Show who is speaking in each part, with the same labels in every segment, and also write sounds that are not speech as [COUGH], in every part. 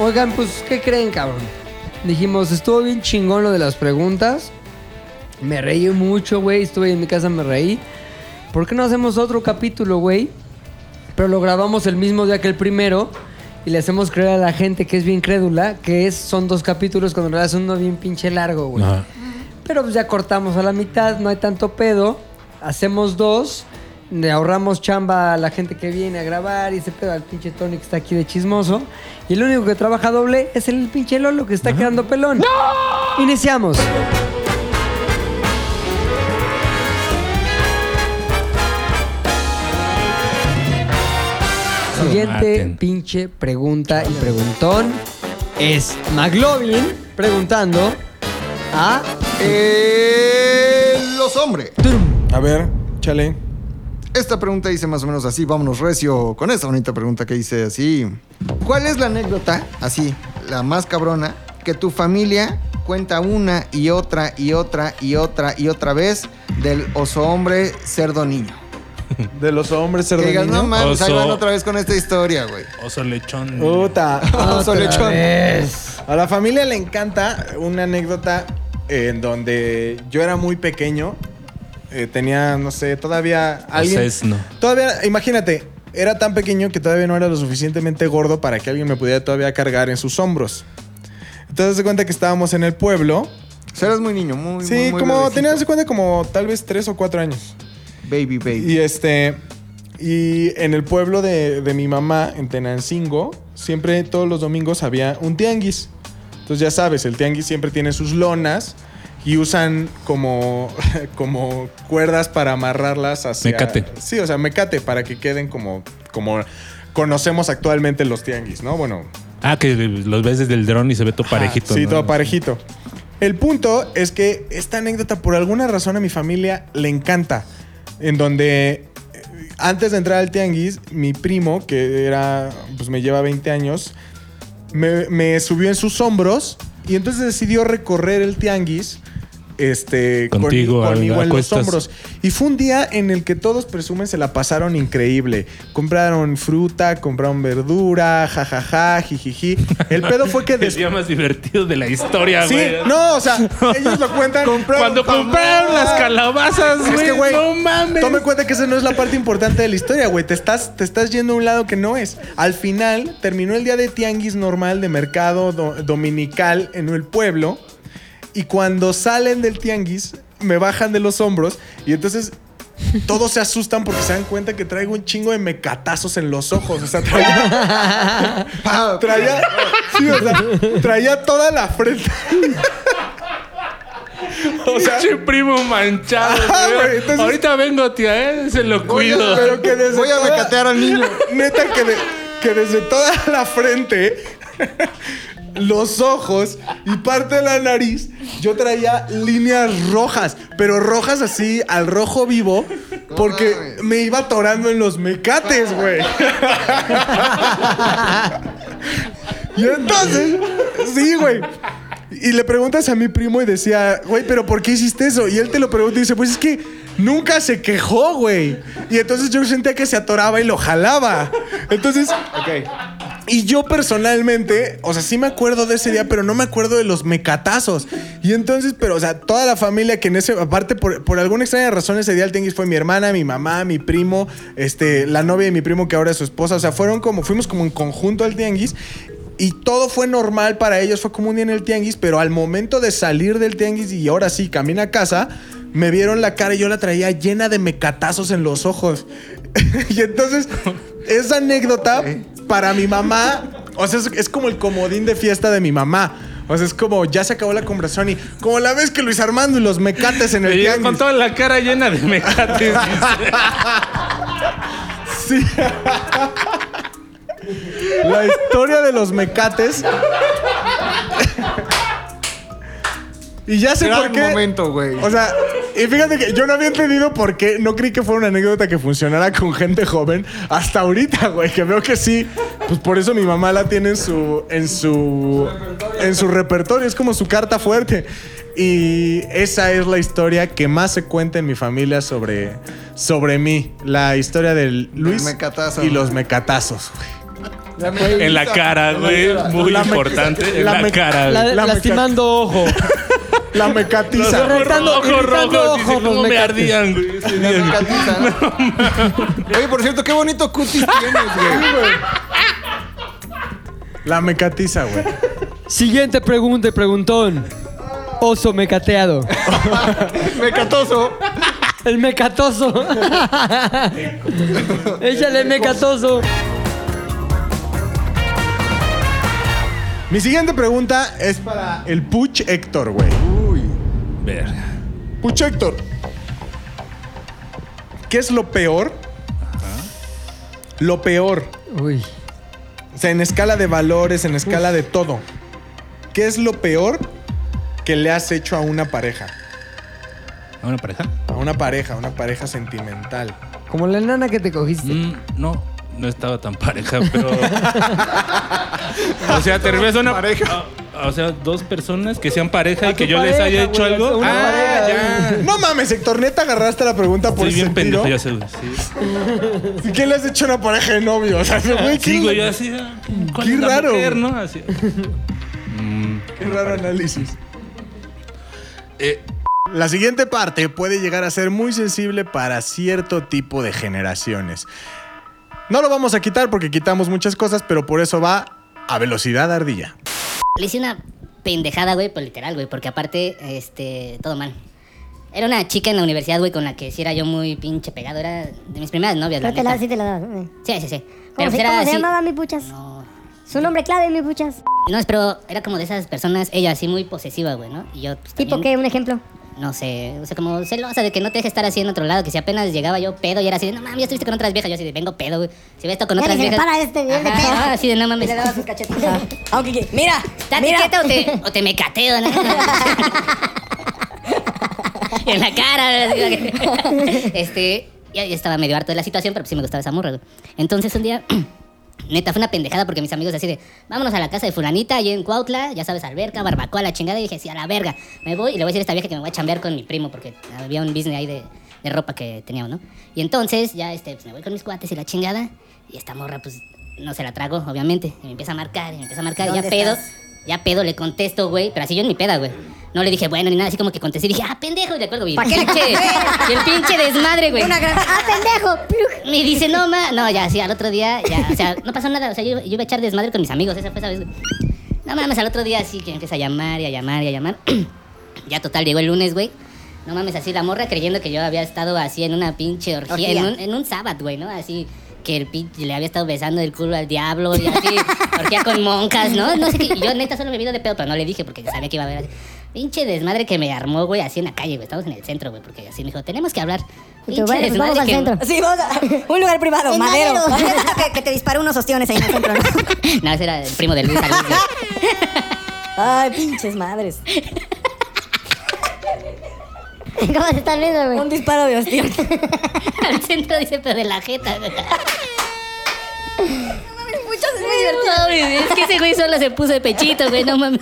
Speaker 1: Oigan, pues, ¿qué creen, cabrón? Dijimos, estuvo bien chingón lo de las preguntas. Me reí mucho, güey. Estuve en mi casa, me reí. ¿Por qué no hacemos otro capítulo, güey? Pero lo grabamos el mismo día que el primero. Y le hacemos creer a la gente que es bien crédula, que es, son dos capítulos cuando en realidad es uno bien pinche largo, güey.
Speaker 2: Ajá.
Speaker 1: Pero pues ya cortamos a la mitad, no hay tanto pedo. Hacemos dos, le ahorramos chamba a la gente que viene a grabar y se pedo al pinche Tony que está aquí de chismoso. Y el único que trabaja doble es el pinche Lolo que está quedando pelón. Iniciamos. Siguiente
Speaker 2: Maten.
Speaker 1: pinche pregunta y preguntón es McLovin preguntando a
Speaker 3: Eh, los hombres.
Speaker 4: A ver, chale.
Speaker 3: Esta pregunta dice más o menos así, vámonos recio con esta bonita pregunta que dice así. ¿Cuál es la anécdota, así, la más cabrona, que tu familia cuenta una y otra y otra y otra y otra vez del oso hombre cerdo niño?
Speaker 4: De los hombres cerdo
Speaker 3: Que digas, no
Speaker 4: niño.
Speaker 3: mames, ahí
Speaker 2: Oso.
Speaker 3: van otra vez con esta historia, güey.
Speaker 2: Oso lechón.
Speaker 3: [LAUGHS]
Speaker 4: Puta.
Speaker 3: Oso
Speaker 1: Otra
Speaker 3: lechón.
Speaker 1: vez.
Speaker 4: A la familia le encanta una anécdota en donde yo era muy pequeño. eh, tenía, no sé, todavía alguien.
Speaker 2: Sesno.
Speaker 4: Todavía, imagínate, era tan pequeño que todavía no era lo suficientemente gordo para que alguien me pudiera todavía cargar en sus hombros. Entonces se cuenta que estábamos en el pueblo.
Speaker 3: O sea, eras muy niño, muy,
Speaker 4: sí,
Speaker 3: muy, muy
Speaker 4: como
Speaker 3: bebecito.
Speaker 4: tenía, se cuenta, como tal vez tres o cuatro años.
Speaker 3: Baby, baby.
Speaker 4: Y este. Y en el pueblo de, de mi mamá, en Tenancingo, siempre todos los domingos había un tianguis. Entonces ya sabes, el tianguis siempre tiene sus lonas y usan como, [LAUGHS] como cuerdas para amarrarlas hacia.
Speaker 2: Mecate.
Speaker 4: Sí, o sea, mecate, para que queden como, como conocemos actualmente los tianguis, ¿no? Bueno,
Speaker 2: Ah, que los ves desde el dron y se ve todo parejito.
Speaker 4: Ah, Sí,
Speaker 2: ¿no?
Speaker 4: todo parejito. El punto es que esta anécdota por alguna razón a mi familia le encanta. En donde eh, antes de entrar al tianguis, mi primo, que era, pues me lleva 20 años, me, me subió en sus hombros y entonces decidió recorrer el tianguis. Este, con-
Speaker 2: Contigo,
Speaker 4: con,
Speaker 2: a-
Speaker 4: igual
Speaker 2: a
Speaker 4: en los
Speaker 2: cuestas.
Speaker 4: hombros. Y fue un día en el que todos presumen se la pasaron increíble. Compraron fruta, compraron verdura, jajaja, jijiji. El pedo
Speaker 2: [LAUGHS]
Speaker 4: fue
Speaker 2: [LAUGHS]
Speaker 4: que
Speaker 2: El
Speaker 4: después.
Speaker 2: día más divertido de la historia,
Speaker 4: Sí,
Speaker 2: Ah, güey.
Speaker 4: no, o sea, ellos lo cuentan.
Speaker 2: Cuando compraron las calabazas, güey.
Speaker 4: Es que, güey,
Speaker 2: no mames.
Speaker 4: Toma en cuenta que esa no es la parte importante de la historia, güey. Te estás, te estás yendo a un lado que no es. Al final, terminó el día de tianguis normal de mercado do- dominical en el pueblo. Y cuando salen del tianguis, me bajan de los hombros. Y entonces todos se asustan porque se dan cuenta que traigo un chingo de mecatazos en los ojos. O sea, traía,
Speaker 3: Pa-
Speaker 4: traía, sí, o sea, traía toda la frente. [LAUGHS] O sea,
Speaker 2: [LAUGHS] Pinche primo manchado.
Speaker 4: Ajá,
Speaker 2: güey.
Speaker 4: güey, entonces-
Speaker 2: Ahorita vengo, tía, eh. Se lo
Speaker 3: Oye,
Speaker 2: cuido.
Speaker 4: pero que desde
Speaker 3: Voy a
Speaker 4: toda-
Speaker 3: mecatear al niño.
Speaker 4: [LAUGHS] Neta que, de- que desde toda la frente, los ojos y parte de la nariz, yo traía líneas rojas, pero rojas así al rojo vivo, porque
Speaker 3: mames.
Speaker 4: me iba atorando en los mecates, güey. Y entonces, sí, güey. Y le preguntas a mi primo y decía, güey, pero ¿por qué hiciste eso? Y él te lo pregunta y dice, pues es que nunca se quejó, güey. Y entonces yo sentía que se atoraba y lo jalaba. Entonces, y yo personalmente, o sea, sí me acuerdo de ese día, pero no me acuerdo de los mecatazos. Y entonces, pero, o sea, toda la familia que en ese, aparte, por, por alguna extraña razón, ese día el tianguis fue mi hermana, mi mamá, mi primo, este, la novia de mi primo que ahora es su esposa. O sea, fueron como, fuimos como en conjunto al tianguis. Y todo fue normal para ellos, fue como un día en el tianguis, pero al momento de salir del tianguis y ahora sí, camina a casa, me vieron la cara y yo la traía llena de mecatazos en los ojos. [LAUGHS] y entonces, esa anécdota para mi mamá, o sea, es, es como el comodín de fiesta de mi mamá. O sea, es como ya se acabó la conversación y como la vez que Luis Armando y los mecates en
Speaker 2: Me
Speaker 4: el
Speaker 2: llega
Speaker 4: tianguis.
Speaker 2: con toda la cara llena de
Speaker 4: [LAUGHS]
Speaker 2: mecates.
Speaker 4: Sí. La historia de los
Speaker 3: [LAUGHS]
Speaker 4: mecates. Y ya sé
Speaker 3: Gran
Speaker 4: por qué.
Speaker 3: momento, güey.
Speaker 4: O sea, y fíjate que yo no había entendido por qué. No creí que fuera una anécdota que funcionara con gente joven. Hasta ahorita, güey, que veo que sí. Pues por eso mi mamá la tiene en su. en su. en su repertorio. Es como su carta fuerte. Y esa es la historia que más se cuenta en mi familia sobre. sobre mí. La historia del Luis
Speaker 3: mecatazo.
Speaker 4: y los mecatazos. güey.
Speaker 2: En la cara, güey. Muy
Speaker 4: La me-
Speaker 2: importante. En
Speaker 4: la
Speaker 2: la
Speaker 4: me-
Speaker 2: cara,
Speaker 5: La-
Speaker 2: güey.
Speaker 4: La
Speaker 5: lastimando ojo.
Speaker 4: La
Speaker 2: Los
Speaker 4: mecatiza.
Speaker 2: ojos
Speaker 5: Irritando-
Speaker 2: rojos,
Speaker 5: irritando
Speaker 2: rojos.
Speaker 5: ojos,
Speaker 2: Dice,
Speaker 5: los
Speaker 2: ¿cómo me
Speaker 5: mecates.
Speaker 2: ardían, güey? ese día, güey?
Speaker 3: Catiza, [LAUGHS] ¿no? Oye, por cierto, qué bonito cutis tienes, güey.
Speaker 4: La mecatiza, güey.
Speaker 5: Siguiente pregunta y preguntón. Oso mecateado. [LAUGHS]
Speaker 3: Mecatoso.
Speaker 5: El
Speaker 1: [LAUGHS]
Speaker 5: mecatoso. Échale mecatoso.
Speaker 4: Mi siguiente pregunta es para el Puch Héctor, güey.
Speaker 2: Verga.
Speaker 4: Puch Héctor. ¿Qué es lo peor? Lo peor.
Speaker 1: Uy.
Speaker 4: O sea, en escala de valores, en escala de todo. ¿Qué es lo peor que le has hecho a una pareja?
Speaker 2: ¿A una pareja?
Speaker 4: A una pareja, a una pareja sentimental.
Speaker 1: Como la enana que te cogiste.
Speaker 2: Mm, no, no estaba tan pareja, pero. o sea, te refieres a una. Pareja. O sea, dos personas que sean pareja
Speaker 1: A
Speaker 2: y que
Speaker 1: tu
Speaker 2: yo les
Speaker 1: pareja,
Speaker 2: haya hecho
Speaker 1: güey,
Speaker 2: algo.
Speaker 1: una
Speaker 2: ah,
Speaker 1: pareja,
Speaker 2: ya.
Speaker 4: No mames, Héctor, neta agarraste la pregunta por
Speaker 2: Estoy bien
Speaker 4: sentido.
Speaker 2: pendejo, ya sé, güey. Sí,
Speaker 4: ¿Y ¿Qué le has hecho a una pareja de novio? [LAUGHS] O sea, güey,
Speaker 2: Sí,
Speaker 4: qué,
Speaker 2: güey, yo así. ah, ¿cuál
Speaker 4: Qué
Speaker 2: es la
Speaker 4: raro,
Speaker 2: mujer,
Speaker 4: güey.
Speaker 2: ¿no? Así. Mm,
Speaker 4: qué raro análisis.
Speaker 2: eh,
Speaker 4: La siguiente parte puede llegar a ser muy sensible para cierto tipo de generaciones. No lo vamos a quitar porque quitamos muchas cosas, pero por eso va a velocidad ardilla.
Speaker 6: Le hice una pendejada, güey, por literal, güey, porque aparte, este, todo mal. Era una chica en la universidad, güey, con la que sí era yo muy pinche pegado. Era de mis primeras novias, la
Speaker 7: No te la,
Speaker 6: neta.
Speaker 7: sí te la daba. eh.
Speaker 6: Sí, sí, sí.
Speaker 7: ¿Cómo,
Speaker 6: Pero pues
Speaker 7: se,
Speaker 6: era
Speaker 7: cómo se
Speaker 6: así.
Speaker 7: llamaba mi puchas?
Speaker 6: No,
Speaker 7: Su nombre clave, mi puchas.
Speaker 6: no, pero era como de esas personas, ella así muy posesiva, güey, ¿no? Y yo, pues,
Speaker 7: ¿Tipo
Speaker 6: también,
Speaker 7: qué? Un ejemplo.
Speaker 6: No sé, o sea, como celosa de que no te deje estar así en otro lado, que si apenas llegaba yo pedo y era así de, no mames, ya estuviste con otras viejas, yo así de, vengo pedo, güey. Si ves esto con
Speaker 7: Ya
Speaker 6: otras
Speaker 7: ni se le
Speaker 6: viejas.
Speaker 7: para este nivel de
Speaker 6: Ajá,
Speaker 7: pedo.
Speaker 8: [LAUGHS]
Speaker 6: ah, así de, no
Speaker 7: Y
Speaker 6: mames.
Speaker 7: le daba sus [LAUGHS] cachetadas. Aunque que- mira,
Speaker 6: ¿Estás
Speaker 7: mira.
Speaker 6: quieta o
Speaker 7: [LAUGHS]
Speaker 6: te, o te me cateo? ¿no? [LAUGHS] en la cara. así, ok. [LAUGHS] este, ya, ya estaba medio harto de la situación, pero pues sí me gustaba esa morra. güey. Entonces un día, [CLEARS THROAT] neta, fue una pendejada porque mis amigos así de, vámonos a la casa de fulanita ahí en Cuautla, ya sabes, alberca, barbacoa, la chingada. Y dije, sí, a la verga, me voy y le voy a decir a esta vieja que me voy a chambear con mi primo porque había un business ahí de, de ropa que teníamos, ¿no? Y entonces ya este, pues, me voy con mis cuates y la chingada. Y esta morra, pues, no se la trago, obviamente. Y me empieza a marcar, y me empieza a marcar, y ya
Speaker 7: ¿Dónde
Speaker 6: pedo.
Speaker 7: estás?
Speaker 6: Ya pedo, le contesto, güey. Pero así yo en mi peda, güey. No le dije bueno ni nada, así como que contesté. y Dije, ah, pendejo, y de acuerdo, güey.
Speaker 7: ¿Pa' qué le
Speaker 6: pinche,
Speaker 7: contesté?
Speaker 6: y [LAUGHS] el pinche desmadre, güey.
Speaker 7: Una gran... ¡Ah, pendejo! Plug.
Speaker 6: [LAUGHS] Me dice, no, ma. No, ya, sí, al otro día, ya. O sea, no pasó nada. O sea, yo, yo iba a echar desmadre con mis amigos. Esa fue esa vez, güey. No mames, al otro día sí que empieza a llamar y a llamar y a llamar. [CLEARS THROAT] ya total, llegó el lunes, güey. No mames, así la morra creyendo que yo había estado así en una pinche orgía,
Speaker 7: Orgía.
Speaker 6: En, un, en un sábado, güey, ¿no? Así que el pinche le había estado besando el culo al diablo y
Speaker 7: [LAUGHS]
Speaker 6: así, orgía con moncas, ¿no? No sé qué. y Yo neta solo me vino de pedo, pero no le dije porque sabía que iba a haber así. Pinche desmadre que me armó, güey, así en la calle, güey. Estamos en el centro, güey, porque así me dijo, tenemos que hablar.
Speaker 7: Y tú, bueno, pues
Speaker 6: desmadre
Speaker 7: vamos al
Speaker 6: que-
Speaker 7: centro.
Speaker 8: Sí, vamos
Speaker 7: [LAUGHS]
Speaker 8: a un lugar privado,
Speaker 7: En
Speaker 8: madero.
Speaker 7: Madero.
Speaker 8: que, que te disparó unos ostiones ahí en el centro. ¿no?
Speaker 6: [LAUGHS] No, ese era el primo de Luis Alonso.
Speaker 8: Ay, pinches madres.
Speaker 7: [LAUGHS] ¿Cómo se está riendo, güey?
Speaker 8: Un disparo de ostión.
Speaker 6: [LAUGHS] Al centro dice, pero de la jeta. güey.
Speaker 8: Muchas
Speaker 6: Mames, es que ese güey solo se puso de pechito, güey, no mames.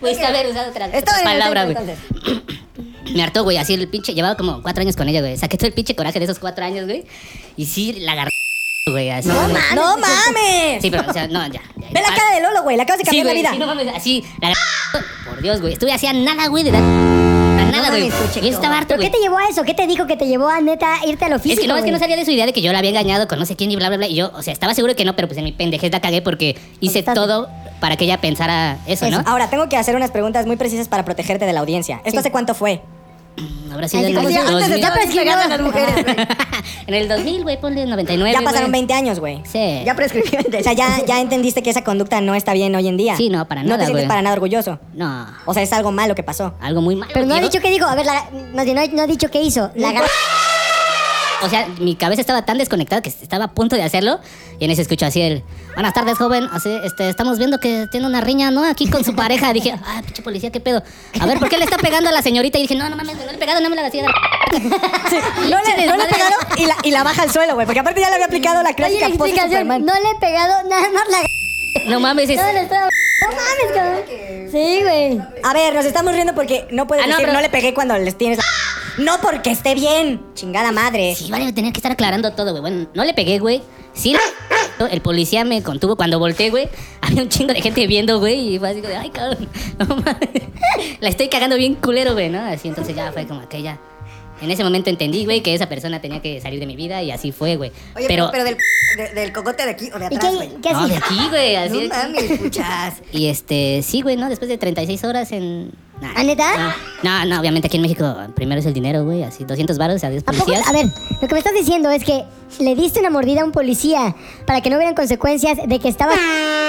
Speaker 6: Güey, está haber usado otra, otra
Speaker 8: Estaba en el
Speaker 6: palabra,
Speaker 8: centro,
Speaker 6: güey. Me hartó, güey, así el pinche. Llevaba como cuatro años con ella, güey. Saqué todo el pinche coraje de esos cuatro años, güey. Y sí, la agarré, güey, así.
Speaker 8: No
Speaker 6: güey.
Speaker 8: mames. No mames.
Speaker 6: Sí, pero, o sea, no, ya. ya
Speaker 8: Ve la
Speaker 6: Ah,
Speaker 8: cara de Lolo, güey. Le acabas de
Speaker 6: sí,
Speaker 8: cambiar
Speaker 6: güey,
Speaker 8: la vida.
Speaker 6: sí, no mames, así, la agarré. Por Dios, güey. Estuve así a nada, güey, de dar. A nada,
Speaker 8: mames,
Speaker 6: güey.
Speaker 8: escuché
Speaker 6: Yo estaba harto,
Speaker 7: ¿Pero
Speaker 6: güey.
Speaker 7: qué te llevó a eso? ¿Qué te dijo que te llevó a neta irte a lo
Speaker 6: es
Speaker 7: físico?
Speaker 6: que no, es que no
Speaker 7: güey?
Speaker 6: salía de su idea de que yo la había engañado con no sé quién y bla, bla, bla. Y yo, o sea, estaba seguro que no, pero pues en mi pendejez la cagué porque hice
Speaker 7: Contestaste.
Speaker 6: todo para que ella pensara eso,
Speaker 8: Eso.
Speaker 6: ¿no?
Speaker 8: Ahora, tengo que hacer unas preguntas muy precisas para protegerte de la audiencia. ¿Esto
Speaker 7: Sí.
Speaker 8: hace cuánto fue?
Speaker 6: Habrá
Speaker 7: Ay,
Speaker 6: sido en
Speaker 7: sí,
Speaker 6: el
Speaker 7: sí, antes
Speaker 6: 2000.
Speaker 7: de- ya prescribió.
Speaker 6: [LAUGHS] en el 2000, güey, ponle 99.
Speaker 8: Ya pasaron
Speaker 6: güey.
Speaker 8: 20 años, güey.
Speaker 6: Sí.
Speaker 8: Ya prescribió el O sea, ya, ya entendiste que esa conducta no está bien hoy en día.
Speaker 6: Sí, no, para
Speaker 8: No te
Speaker 6: nada,
Speaker 8: sientes
Speaker 6: güey.
Speaker 8: para nada orgulloso.
Speaker 6: No,
Speaker 8: O sea, es algo malo
Speaker 6: [LAUGHS]
Speaker 8: que pasó.
Speaker 6: algo muy malo.
Speaker 7: Pero no ha
Speaker 6: tío.
Speaker 7: dicho qué dijo. A ver, la- más bien, no, ha- no ha dicho qué hizo. La agarró.
Speaker 6: O sea, mi cabeza estaba tan desconectada que estaba a punto de hacerlo. Y en eso escucho así el. Buenas tardes, joven. Así, este, estamos viendo que tiene una riña, ¿no? Aquí con su pareja. Dije, [LAUGHS] ah, pinche policía, qué pedo. A ver, ¿por qué le está pegando a la señorita? Y dije, no, no mames, no le he pegado, no me la hacía.
Speaker 7: [LAUGHS]
Speaker 8: No le, no le
Speaker 6: Madre.
Speaker 8: pegaron y la, y la baja al suelo, güey. Porque aparte ya le había aplicado
Speaker 7: Oye,
Speaker 8: la
Speaker 7: la
Speaker 8: clásica pose
Speaker 7: explicación.
Speaker 8: Superman.
Speaker 7: No le he pegado nada más la agarré.
Speaker 6: No mames, es.
Speaker 7: No le estaba- No mames, cabrón. Sí, güey.
Speaker 8: A ver, nos estamos riendo porque no puedes
Speaker 6: Ah, no,
Speaker 8: decir
Speaker 6: pero-
Speaker 8: no le pegué cuando les tienes la... No porque esté bien. Chingada madre.
Speaker 6: Sí, vale, tener que estar aclarando todo, güey. Bueno, no le pegué, güey. Sí, le- momento, [LAUGHS] el policía me contuvo. Cuando volteé, güey, [LAUGHS] había un chingo de gente viendo, güey, y fue así como de, ay, cabrón, [LAUGHS] no mames. La estoy cagando bien culero, güey, ¿no? Así, entonces ya fue como aquella. En ese momento entendí, güey, que esa persona tenía que salir de mi vida y así fue, güey.
Speaker 9: Oye, pero, pero del, de- del cocote de aquí o de
Speaker 7: ¿Y
Speaker 9: atrás, güey.
Speaker 7: qué, qué
Speaker 6: no, de
Speaker 7: haces?
Speaker 6: aquí, güey, así. de
Speaker 9: No
Speaker 6: aquí.
Speaker 9: mames, escuchas.
Speaker 6: Y este, sí, güey, ¿no? Después de 36 horas en. Nah,
Speaker 7: ¿Ah, neta?
Speaker 6: No, no, obviamente aquí en México primero es el dinero, güey, así 200 baros a 10
Speaker 7: ¿A poco?
Speaker 6: policías.
Speaker 7: A ver, lo que me estás diciendo es que le diste una mordida a un policía para que no hubieran consecuencias de que estaba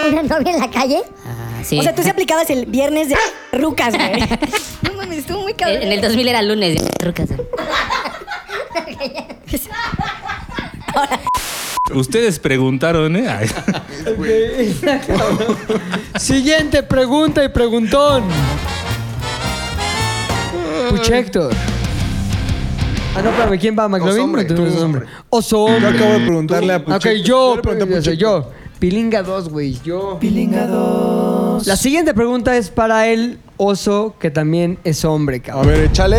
Speaker 7: una novia en la calle.
Speaker 6: Ah, sí.
Speaker 8: O sea, tú sí aplicabas el
Speaker 6: [LAUGHS]
Speaker 8: viernes de rucas, güey.
Speaker 9: No mames, estuvo muy
Speaker 6: Eh,
Speaker 9: cabrón.
Speaker 6: En el 2000 era lunes, ya, trucas.
Speaker 2: Ustedes preguntaron, ¿eh? Ay.
Speaker 5: Siguiente pregunta y preguntón.
Speaker 1: Pucha Héctor. Ah, no, espérame, ¿quién va? ¿McLovin?
Speaker 3: Oso hombre,
Speaker 1: No, tú
Speaker 3: tú,
Speaker 1: eres
Speaker 3: oso hombre.
Speaker 1: Oso hombre.
Speaker 4: Yo acabo de preguntarle a
Speaker 1: Ok,
Speaker 4: Puchector.
Speaker 1: yo,
Speaker 4: le pregunté a
Speaker 1: yo,
Speaker 4: Puchector.
Speaker 1: yo. Pilinga 2, güey, yo. Pilinga 2. La siguiente pregunta es para el oso que también es hombre,
Speaker 4: A
Speaker 1: cabrón.
Speaker 4: ver, échale.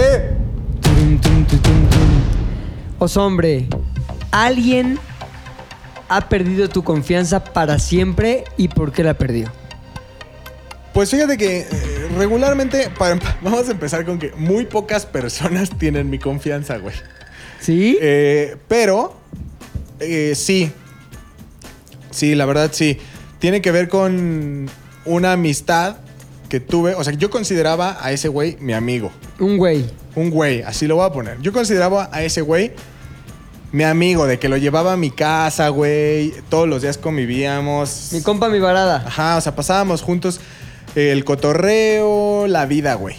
Speaker 1: Tum, tum, tum, tum, tum. Oso hombre, ¿alguien ha perdido tu confianza para siempre y por qué la perdió?
Speaker 4: Pues fíjate que eh, regularmente, para- em-, [LAUGHS] vamos a empezar con que muy pocas personas tienen mi confianza, güey.
Speaker 1: ¿Sí?
Speaker 4: Eh, pero, eh, sí. Sí, la verdad sí. Tiene que ver con una amistad que tuve. O sea, yo consideraba a ese güey mi amigo.
Speaker 1: Un güey.
Speaker 4: Un güey, así lo voy a poner. Yo consideraba a ese güey mi amigo, de que lo llevaba a mi casa, güey. Todos los días convivíamos.
Speaker 1: Mi compa, mi varada.
Speaker 4: Ajá, o sea, pasábamos juntos el cotorreo, la vida, güey.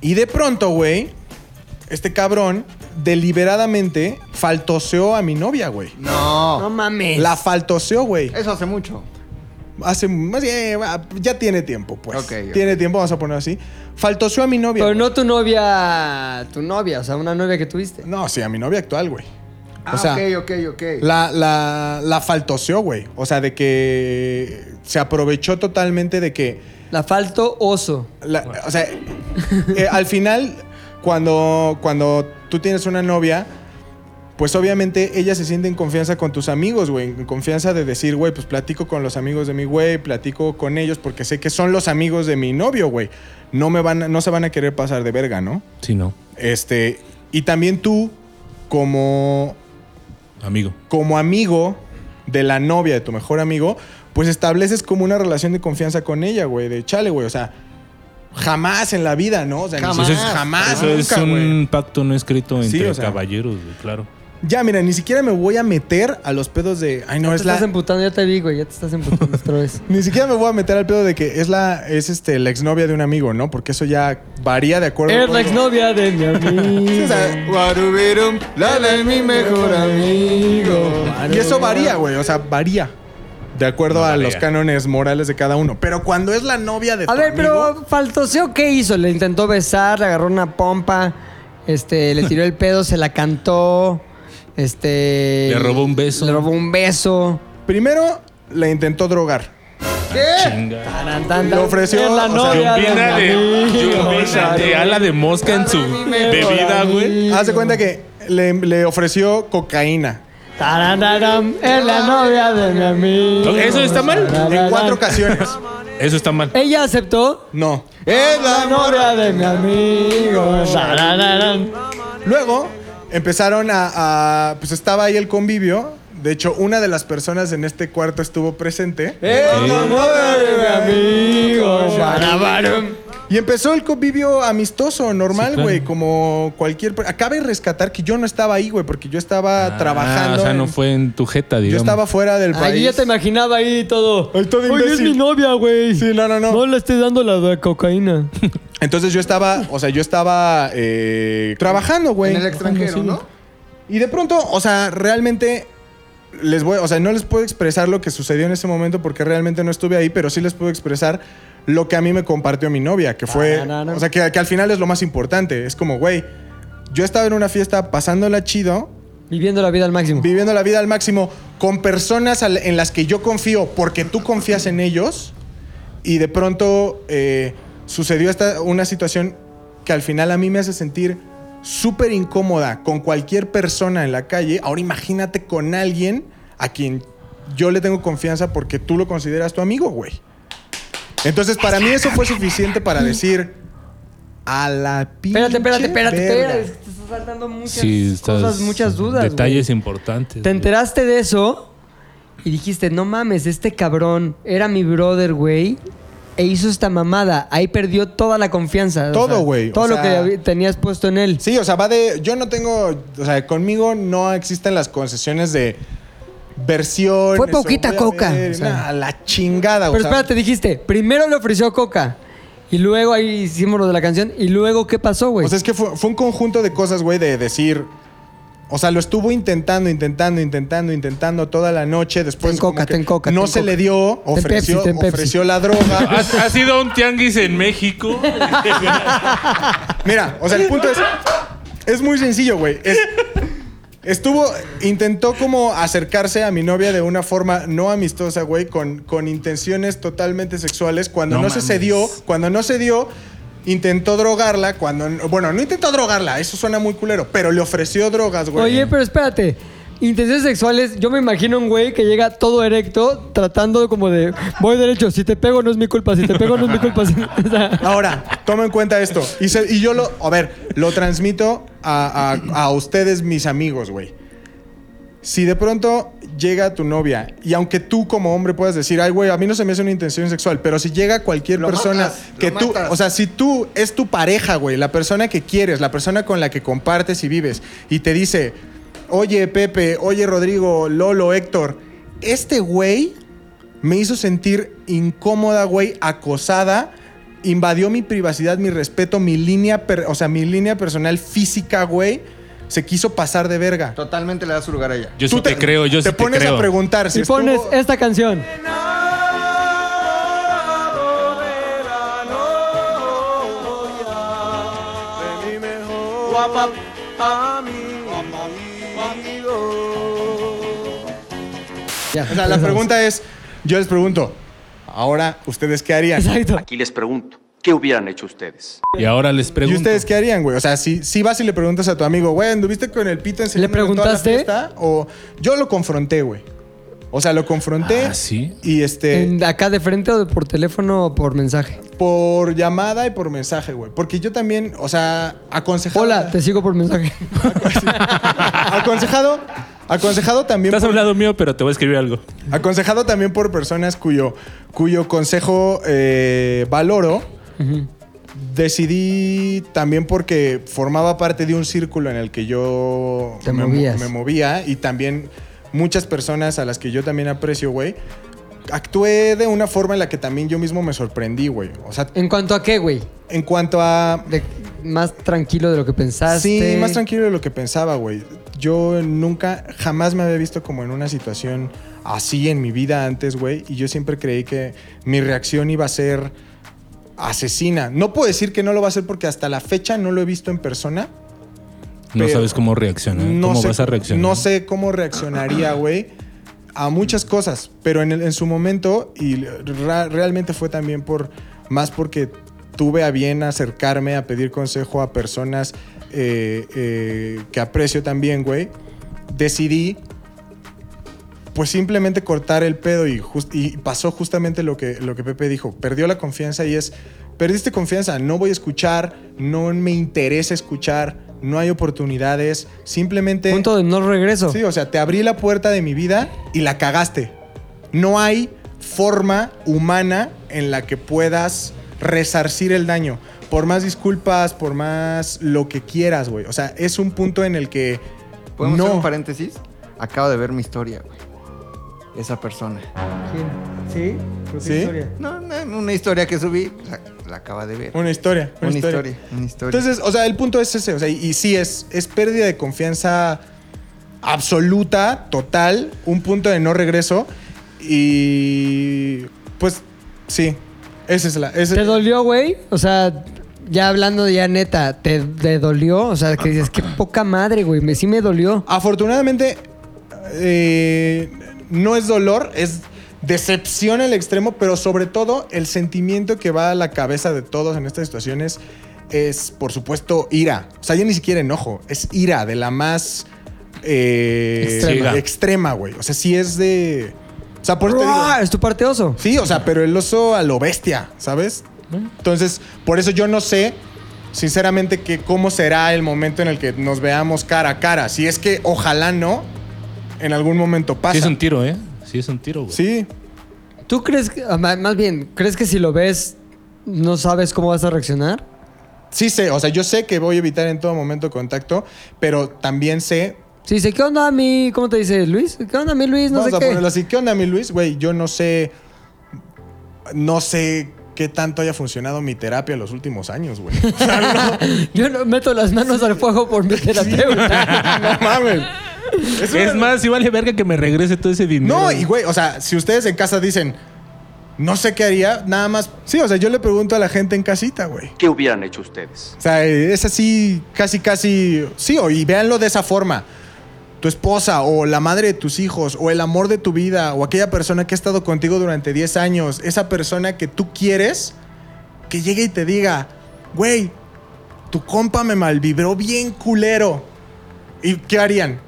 Speaker 4: Y de pronto, güey, este cabrón deliberadamente faltoseó a mi novia, güey.
Speaker 1: No
Speaker 3: No.
Speaker 1: mames.
Speaker 4: La faltoseó, güey.
Speaker 3: Eso hace mucho.
Speaker 4: Hace más eh, ya tiene tiempo, pues.
Speaker 3: Ok, ok.
Speaker 4: Tiene tiempo, vamos a poner así. Faltoseó a mi novia.
Speaker 1: Pero
Speaker 4: güey.
Speaker 1: no tu novia, tu novia, o sea, una novia que tuviste.
Speaker 4: No, sí, a mi novia actual, güey.
Speaker 3: Ah,
Speaker 4: o sea,
Speaker 3: ok, ok, ok.
Speaker 4: La, la, la faltoseó, güey. O sea, de que se aprovechó totalmente de que.
Speaker 1: La falto oso.
Speaker 4: la- o sea, eh, al final, cuando, cuando tú tienes una novia, pues obviamente ella se siente en confianza con tus amigos, güey. En confianza de decir, güey, pues platico con los amigos de mi güey, platico con ellos porque sé que son los amigos de mi novio, güey. No, me van, a- no se van a querer pasar de verga, ¿no?
Speaker 2: Sí, no.
Speaker 4: Este, y también tú, como
Speaker 2: Amigo.
Speaker 4: como amigo de la novia de tu mejor amigo, pues estableces como una relación de confianza con ella, güey, de chale, güey, o sea, jamás en la vida, ¿no? O sea,
Speaker 3: Jamás.
Speaker 4: ni-
Speaker 2: Eso es,
Speaker 4: jamás,
Speaker 2: eso es
Speaker 4: nunca,
Speaker 2: un
Speaker 4: güey.
Speaker 2: pacto no escrito
Speaker 4: Sí,
Speaker 2: entre
Speaker 4: o sea.
Speaker 2: caballeros, güey, claro.
Speaker 4: Ya, mira, ni siquiera me voy a meter a los pedos de, ay, no,
Speaker 1: te
Speaker 4: es la
Speaker 1: estás emputando, ya te vi, güey, ya te estás emputando otra vez.
Speaker 4: ni siquiera me voy a meter al pedo de que es la es este la exnovia de un amigo, ¿no? Porque eso ya varía de acuerdo
Speaker 5: Es
Speaker 4: con-
Speaker 5: la exnovia de
Speaker 4: [LAUGHS]
Speaker 5: mi
Speaker 4: Sí,
Speaker 5: amigo.
Speaker 4: o sea,
Speaker 3: Guarubirum, la de mi mejor amigo.
Speaker 4: Y eso varía, güey. O sea, varía. De acuerdo
Speaker 2: No
Speaker 4: a
Speaker 2: varía.
Speaker 4: los cánones morales de cada uno. Pero cuando es la novia de tu
Speaker 1: A ver,
Speaker 4: amigo-
Speaker 1: pero Faltoseo, ¿qué hizo? Le intentó besar, le agarró una pompa, este, le tiró el pedo, se la cantó, este...
Speaker 2: Le robó un beso.
Speaker 1: Le robó un beso.
Speaker 4: Primero la intentó drogar.
Speaker 2: Chinga.
Speaker 1: Taran, tan,
Speaker 4: Le
Speaker 1: tan.
Speaker 4: ofreció,
Speaker 1: Es la
Speaker 4: o sea,
Speaker 1: novia de
Speaker 2: Lluvina
Speaker 1: mi
Speaker 2: de,
Speaker 1: amigo.
Speaker 2: lluvina de ala de mosca en su bebida, güey.
Speaker 4: Haz de cuenta que le, le ofreció cocaína.
Speaker 1: Taran, taran, es la novia de mi amigo.
Speaker 2: ¿Eso está mal?
Speaker 4: En cuatro ocasiones.
Speaker 2: Eso está mal.
Speaker 1: Ella aceptó.
Speaker 4: No.
Speaker 3: Es la
Speaker 1: Novia de mi amigo. Taran, taran.
Speaker 4: Luego empezaron a, a- Pues estaba ahí el convivio. De hecho, una de las personas en este cuarto estuvo presente. Y empezó el convivio amistoso, normal,
Speaker 2: Sí, claro.
Speaker 4: güey, como cualquier... per- Acaba de rescatar que yo no estaba ahí, güey, porque yo estaba
Speaker 2: Ah,
Speaker 4: trabajando.
Speaker 2: O sea,
Speaker 4: en-
Speaker 2: no fue en tu jeta,
Speaker 4: Yo
Speaker 2: digamos.
Speaker 4: estaba fuera del país.
Speaker 5: Ahí ya te imaginaba ahí todo.
Speaker 4: Ay, todo
Speaker 5: Oye, es
Speaker 4: imbécil.
Speaker 5: mi novia, güey.
Speaker 4: Sí, no, no, no.
Speaker 5: No le estoy dando la de cocaína.
Speaker 4: [LAUGHS] Entonces yo estaba, o sea, yo estaba eh, trabajando, güey.
Speaker 3: En el extranjero, ¿no?
Speaker 4: Y de pronto, o sea, realmente les voy, o sea, no les puedo expresar lo que sucedió en ese momento porque realmente no estuve ahí, pero sí les puedo expresar lo que a mí me compartió mi novia, que
Speaker 5: Ah,
Speaker 4: fue,
Speaker 1: Tararara.
Speaker 4: o sea, que, que al final es lo más importante. Es como, güey, yo estaba en una fiesta pasándola chido,
Speaker 1: Viviendo la vida al máximo.
Speaker 4: viviendo la vida al máximo con personas al- en las que yo confío porque tú confías en ellos y de pronto eh, sucedió esta, una situación que al final a mí me hace sentir súper incómoda con cualquier persona en la calle. Ahora imagínate con alguien a quien yo le tengo confianza porque tú lo consideras tu amigo, güey. Entonces, para mí eso fue suficiente para decir a la pinche
Speaker 1: Espérate, espérate, espérate,
Speaker 4: verga".
Speaker 1: espérate. Te estás saltando muchas
Speaker 2: Sí, estás-
Speaker 1: cosas, muchas dudas. güey.
Speaker 2: Detalles importantes.
Speaker 1: Te
Speaker 2: güey.
Speaker 1: enteraste de eso y dijiste, no mames, este cabrón era mi brother, güey. E hizo esta mamada. Ahí perdió toda la confianza. o
Speaker 4: Todo,
Speaker 1: sea,
Speaker 4: güey, o
Speaker 1: Todo lo
Speaker 4: sea-
Speaker 1: que habí- tenías puesto en él.
Speaker 4: Sí, o sea, va de. Yo no tengo. O sea, conmigo no existen las concesiones de versión.
Speaker 1: Fue poquita coca, o sea.
Speaker 4: a la chingada,
Speaker 1: Pero
Speaker 4: o sea,
Speaker 1: espérate, dijiste, primero le ofreció coca. Y luego ahí hicimos lo de la canción. Y luego, ¿qué pasó, güey?
Speaker 4: O sea, es que fue, fue un conjunto de cosas, güey, de decir. O sea, lo estuvo intentando, intentando, intentando, intentando toda la noche. Después,
Speaker 1: Ten coca,
Speaker 4: como que
Speaker 1: ten coca,
Speaker 4: no
Speaker 1: ten
Speaker 4: se
Speaker 1: coca.
Speaker 4: le dio,
Speaker 1: Ten
Speaker 4: ofreció,
Speaker 1: Pepsi, ten Pepsi.
Speaker 4: ofreció la
Speaker 2: [LAUGHS]
Speaker 4: droga.
Speaker 2: ¿Has, has ido a un tianguis en
Speaker 4: [LAUGHS]
Speaker 2: México?
Speaker 4: Mira, o sea, el punto es. Es muy sencillo, güey. Es- estuvo. Intentó como acercarse a mi novia de una forma no amistosa, güey, con, con intenciones totalmente sexuales. Cuando no,
Speaker 2: No
Speaker 4: se se
Speaker 2: mames.
Speaker 4: dio, cuando no se dio. Intentó drogarla cuando... Bueno, no intentó drogarla, eso suena muy culero, pero le ofreció drogas, güey.
Speaker 1: Oye, pero espérate. Intenciones sexuales, yo me imagino un güey que llega todo erecto, tratando como de, voy derecho, si te pego no es mi culpa, si te pego no es mi culpa. [LAUGHS] si- o
Speaker 4: Ah,
Speaker 1: sea,
Speaker 4: Ahora, toma en cuenta esto. Y, se- y yo lo, a ver, lo transmito a, a- a ustedes, mis amigos, güey. Si de pronto llega tu novia, y aunque tú como hombre puedas decir, ay, güey, a mí no se me hace una intención sexual, pero si llega cualquier
Speaker 3: Lo
Speaker 4: persona
Speaker 3: matas,
Speaker 4: que
Speaker 3: lo
Speaker 4: tú,
Speaker 3: matas.
Speaker 4: o sea, si tú es tu pareja, güey, la persona que quieres, la persona con la que compartes y vives, y te dice, oye, Pepe, oye, Rodrigo, Lolo, Héctor, este güey me hizo sentir incómoda, güey, acosada. Invadió mi privacidad, mi respeto, mi línea, per- o sea, mi línea personal física, güey. Se quiso pasar de verga.
Speaker 3: Totalmente le das su lugar a ella.
Speaker 2: Yo sí te, creo, yo
Speaker 4: te
Speaker 2: sí
Speaker 4: pones
Speaker 2: te creo.
Speaker 4: a preguntar si
Speaker 1: y pones
Speaker 4: estuvo-
Speaker 1: esta
Speaker 4: [LAUGHS]
Speaker 1: canción. Ya,
Speaker 4: O sea, la pregunta es, yo les pregunto, ahora ustedes
Speaker 1: [LAUGHS]
Speaker 4: qué harían?
Speaker 1: Exacto.
Speaker 10: Aquí les pregunto, ¿qué hubieran hecho ustedes?
Speaker 2: Y ahora les
Speaker 4: ¿Y
Speaker 2: pregunto.
Speaker 4: ustedes qué harían, güey? O sea, si, si vas y le preguntas a tu amigo, güey, ¿anduviste con el pito en
Speaker 1: preguntaste?
Speaker 4: O yo lo confronté, güey. O sea, lo confronté.
Speaker 2: Ah, ¿sí?
Speaker 4: Y este.
Speaker 1: ¿En- ¿Acá de frente o de- por teléfono o por mensaje?
Speaker 4: Por llamada y por mensaje, güey. Porque yo también, o sea, aconsejado.
Speaker 1: Hola, te sigo por mensaje.
Speaker 4: [LAUGHS] aconsejado. Aconsejado también.
Speaker 2: Estás
Speaker 4: por-
Speaker 2: hablando mío, pero te voy a escribir algo.
Speaker 4: aconsejado también por personas cuyo, cuyo consejo eh, valoro. Decidí también porque formaba parte de un círculo en el que yo
Speaker 1: Te
Speaker 4: me,
Speaker 1: movías.
Speaker 4: me movía y también muchas personas a las que yo también aprecio, güey. Actué de una forma en la que también yo mismo me sorprendí, güey. O sea,
Speaker 1: ¿En cuanto a qué, güey?
Speaker 4: en cuanto a
Speaker 1: De- Más tranquilo de lo que pensaste.
Speaker 4: Sí, más tranquilo de lo que pensaba, güey. Yo nunca, jamás me había visto como en una situación así en mi vida antes, güey. Y yo siempre creí que mi reacción iba a ser asesina. No puedo decir que no lo va a ser porque hasta la fecha no lo he visto en persona.
Speaker 2: No
Speaker 4: Pero-
Speaker 2: sabes cómo reaccionar, cómo
Speaker 4: sé,
Speaker 2: vas a reaccionar.
Speaker 4: No sé cómo reaccionaría, güey, a muchas cosas. Pero en, el- en su momento, y ra- realmente fue también por, más porque tuve a bien acercarme a pedir consejo a personas eh, eh, que aprecio también, güey, decidí pues simplemente cortar el pedo y, jus- y pasó justamente lo que, lo que Pepe dijo. Perdió la confianza y es, perdiste confianza, no voy a escuchar, no me interesa escuchar, no hay oportunidades, simplemente...
Speaker 1: Punto de no regreso.
Speaker 4: Sí, o sea, te abrí la puerta de mi vida y la cagaste. No hay forma humana en la que puedas resarcir el daño. Por más disculpas, por más lo que quieras, güey. O sea, es un punto en el que...
Speaker 3: ¿Podemos
Speaker 4: no.
Speaker 3: hacer un paréntesis? Acabo de ver mi historia, güey. Esa persona.
Speaker 1: ¿Sí?
Speaker 4: ¿Sí? historia?
Speaker 3: No, no, una historia que subí, la, la acaba de ver. Una,
Speaker 4: Una historia. Una,
Speaker 3: historia.
Speaker 4: historia.
Speaker 3: una historia.
Speaker 4: Entonces, o sea, el punto es ese. O sea, y, y sí, es, es pérdida de confianza absoluta, total, un punto de no regreso. Y pues sí, esa es la... esa-
Speaker 1: ¿Te dolió, güey? O sea, ya hablando ya neta, ¿te, te dolió? O sea, que dices, qué poca madre, güey. Me, sí me dolió.
Speaker 4: Ah, Afortunadamente, eh, no es dolor, es decepción al extremo, pero sobre todo el sentimiento que va a la cabeza de todos en estas situaciones es, por supuesto, ira. O sea, ya ni siquiera enojo, es ira de la más eh,
Speaker 2: Extrema.
Speaker 4: extrema, güey. O sea, sí es de... O sea, por eso te digo-
Speaker 1: ¡Ruah! Es tu parte oso.
Speaker 4: Sí, o sea, pero el oso a lo bestia, ¿sabes? Entonces, por eso yo no sé, sinceramente, que cómo será el momento en el que nos veamos cara a cara. Si es que ojalá no, en algún momento pasa.
Speaker 2: Sí es un tiro, ¿eh? Sí es un tiro, güey.
Speaker 4: Sí.
Speaker 1: ¿Tú crees que, ah, ma- más bien, crees que si lo ves, no sabes cómo vas a reaccionar?
Speaker 4: Sí sé, o sea, yo sé que voy a evitar en todo momento contacto, pero también sé...
Speaker 1: Si dice, ¿qué onda, mi? ¿Cómo te dice Luis? ¿Qué onda, mi Luis? No
Speaker 4: vamos
Speaker 1: sé
Speaker 4: a
Speaker 1: qué.
Speaker 4: ponerlo así. ¿Qué onda, mi Luis? Güey, yo no sé... No sé qué tanto haya funcionado mi terapia en los últimos
Speaker 2: [LAUGHS]
Speaker 4: años, güey. O sea,
Speaker 1: Yo no meto las manos al fuego por mi terapeuta.
Speaker 4: no mames.
Speaker 2: Es,
Speaker 4: una-
Speaker 2: más, si vale verga que me regrese todo ese dinero.
Speaker 4: No, y güey, o sea, si ustedes en casa dicen, no sé qué haría, nada más. Sí, o sea, yo le pregunto a la gente en casita, güey.
Speaker 10: ¿Qué hubieran hecho ustedes?
Speaker 4: O sea, eh, es así, casi, casi. Sí, o- y véanlo de esa forma. Tu esposa, o la madre de tus hijos, o el amor de tu vida, o aquella persona que ha estado contigo durante 10 años, esa persona que tú quieres, que llegue y te diga, güey, tu compa me malvibró bien culero. ¿Y qué harían?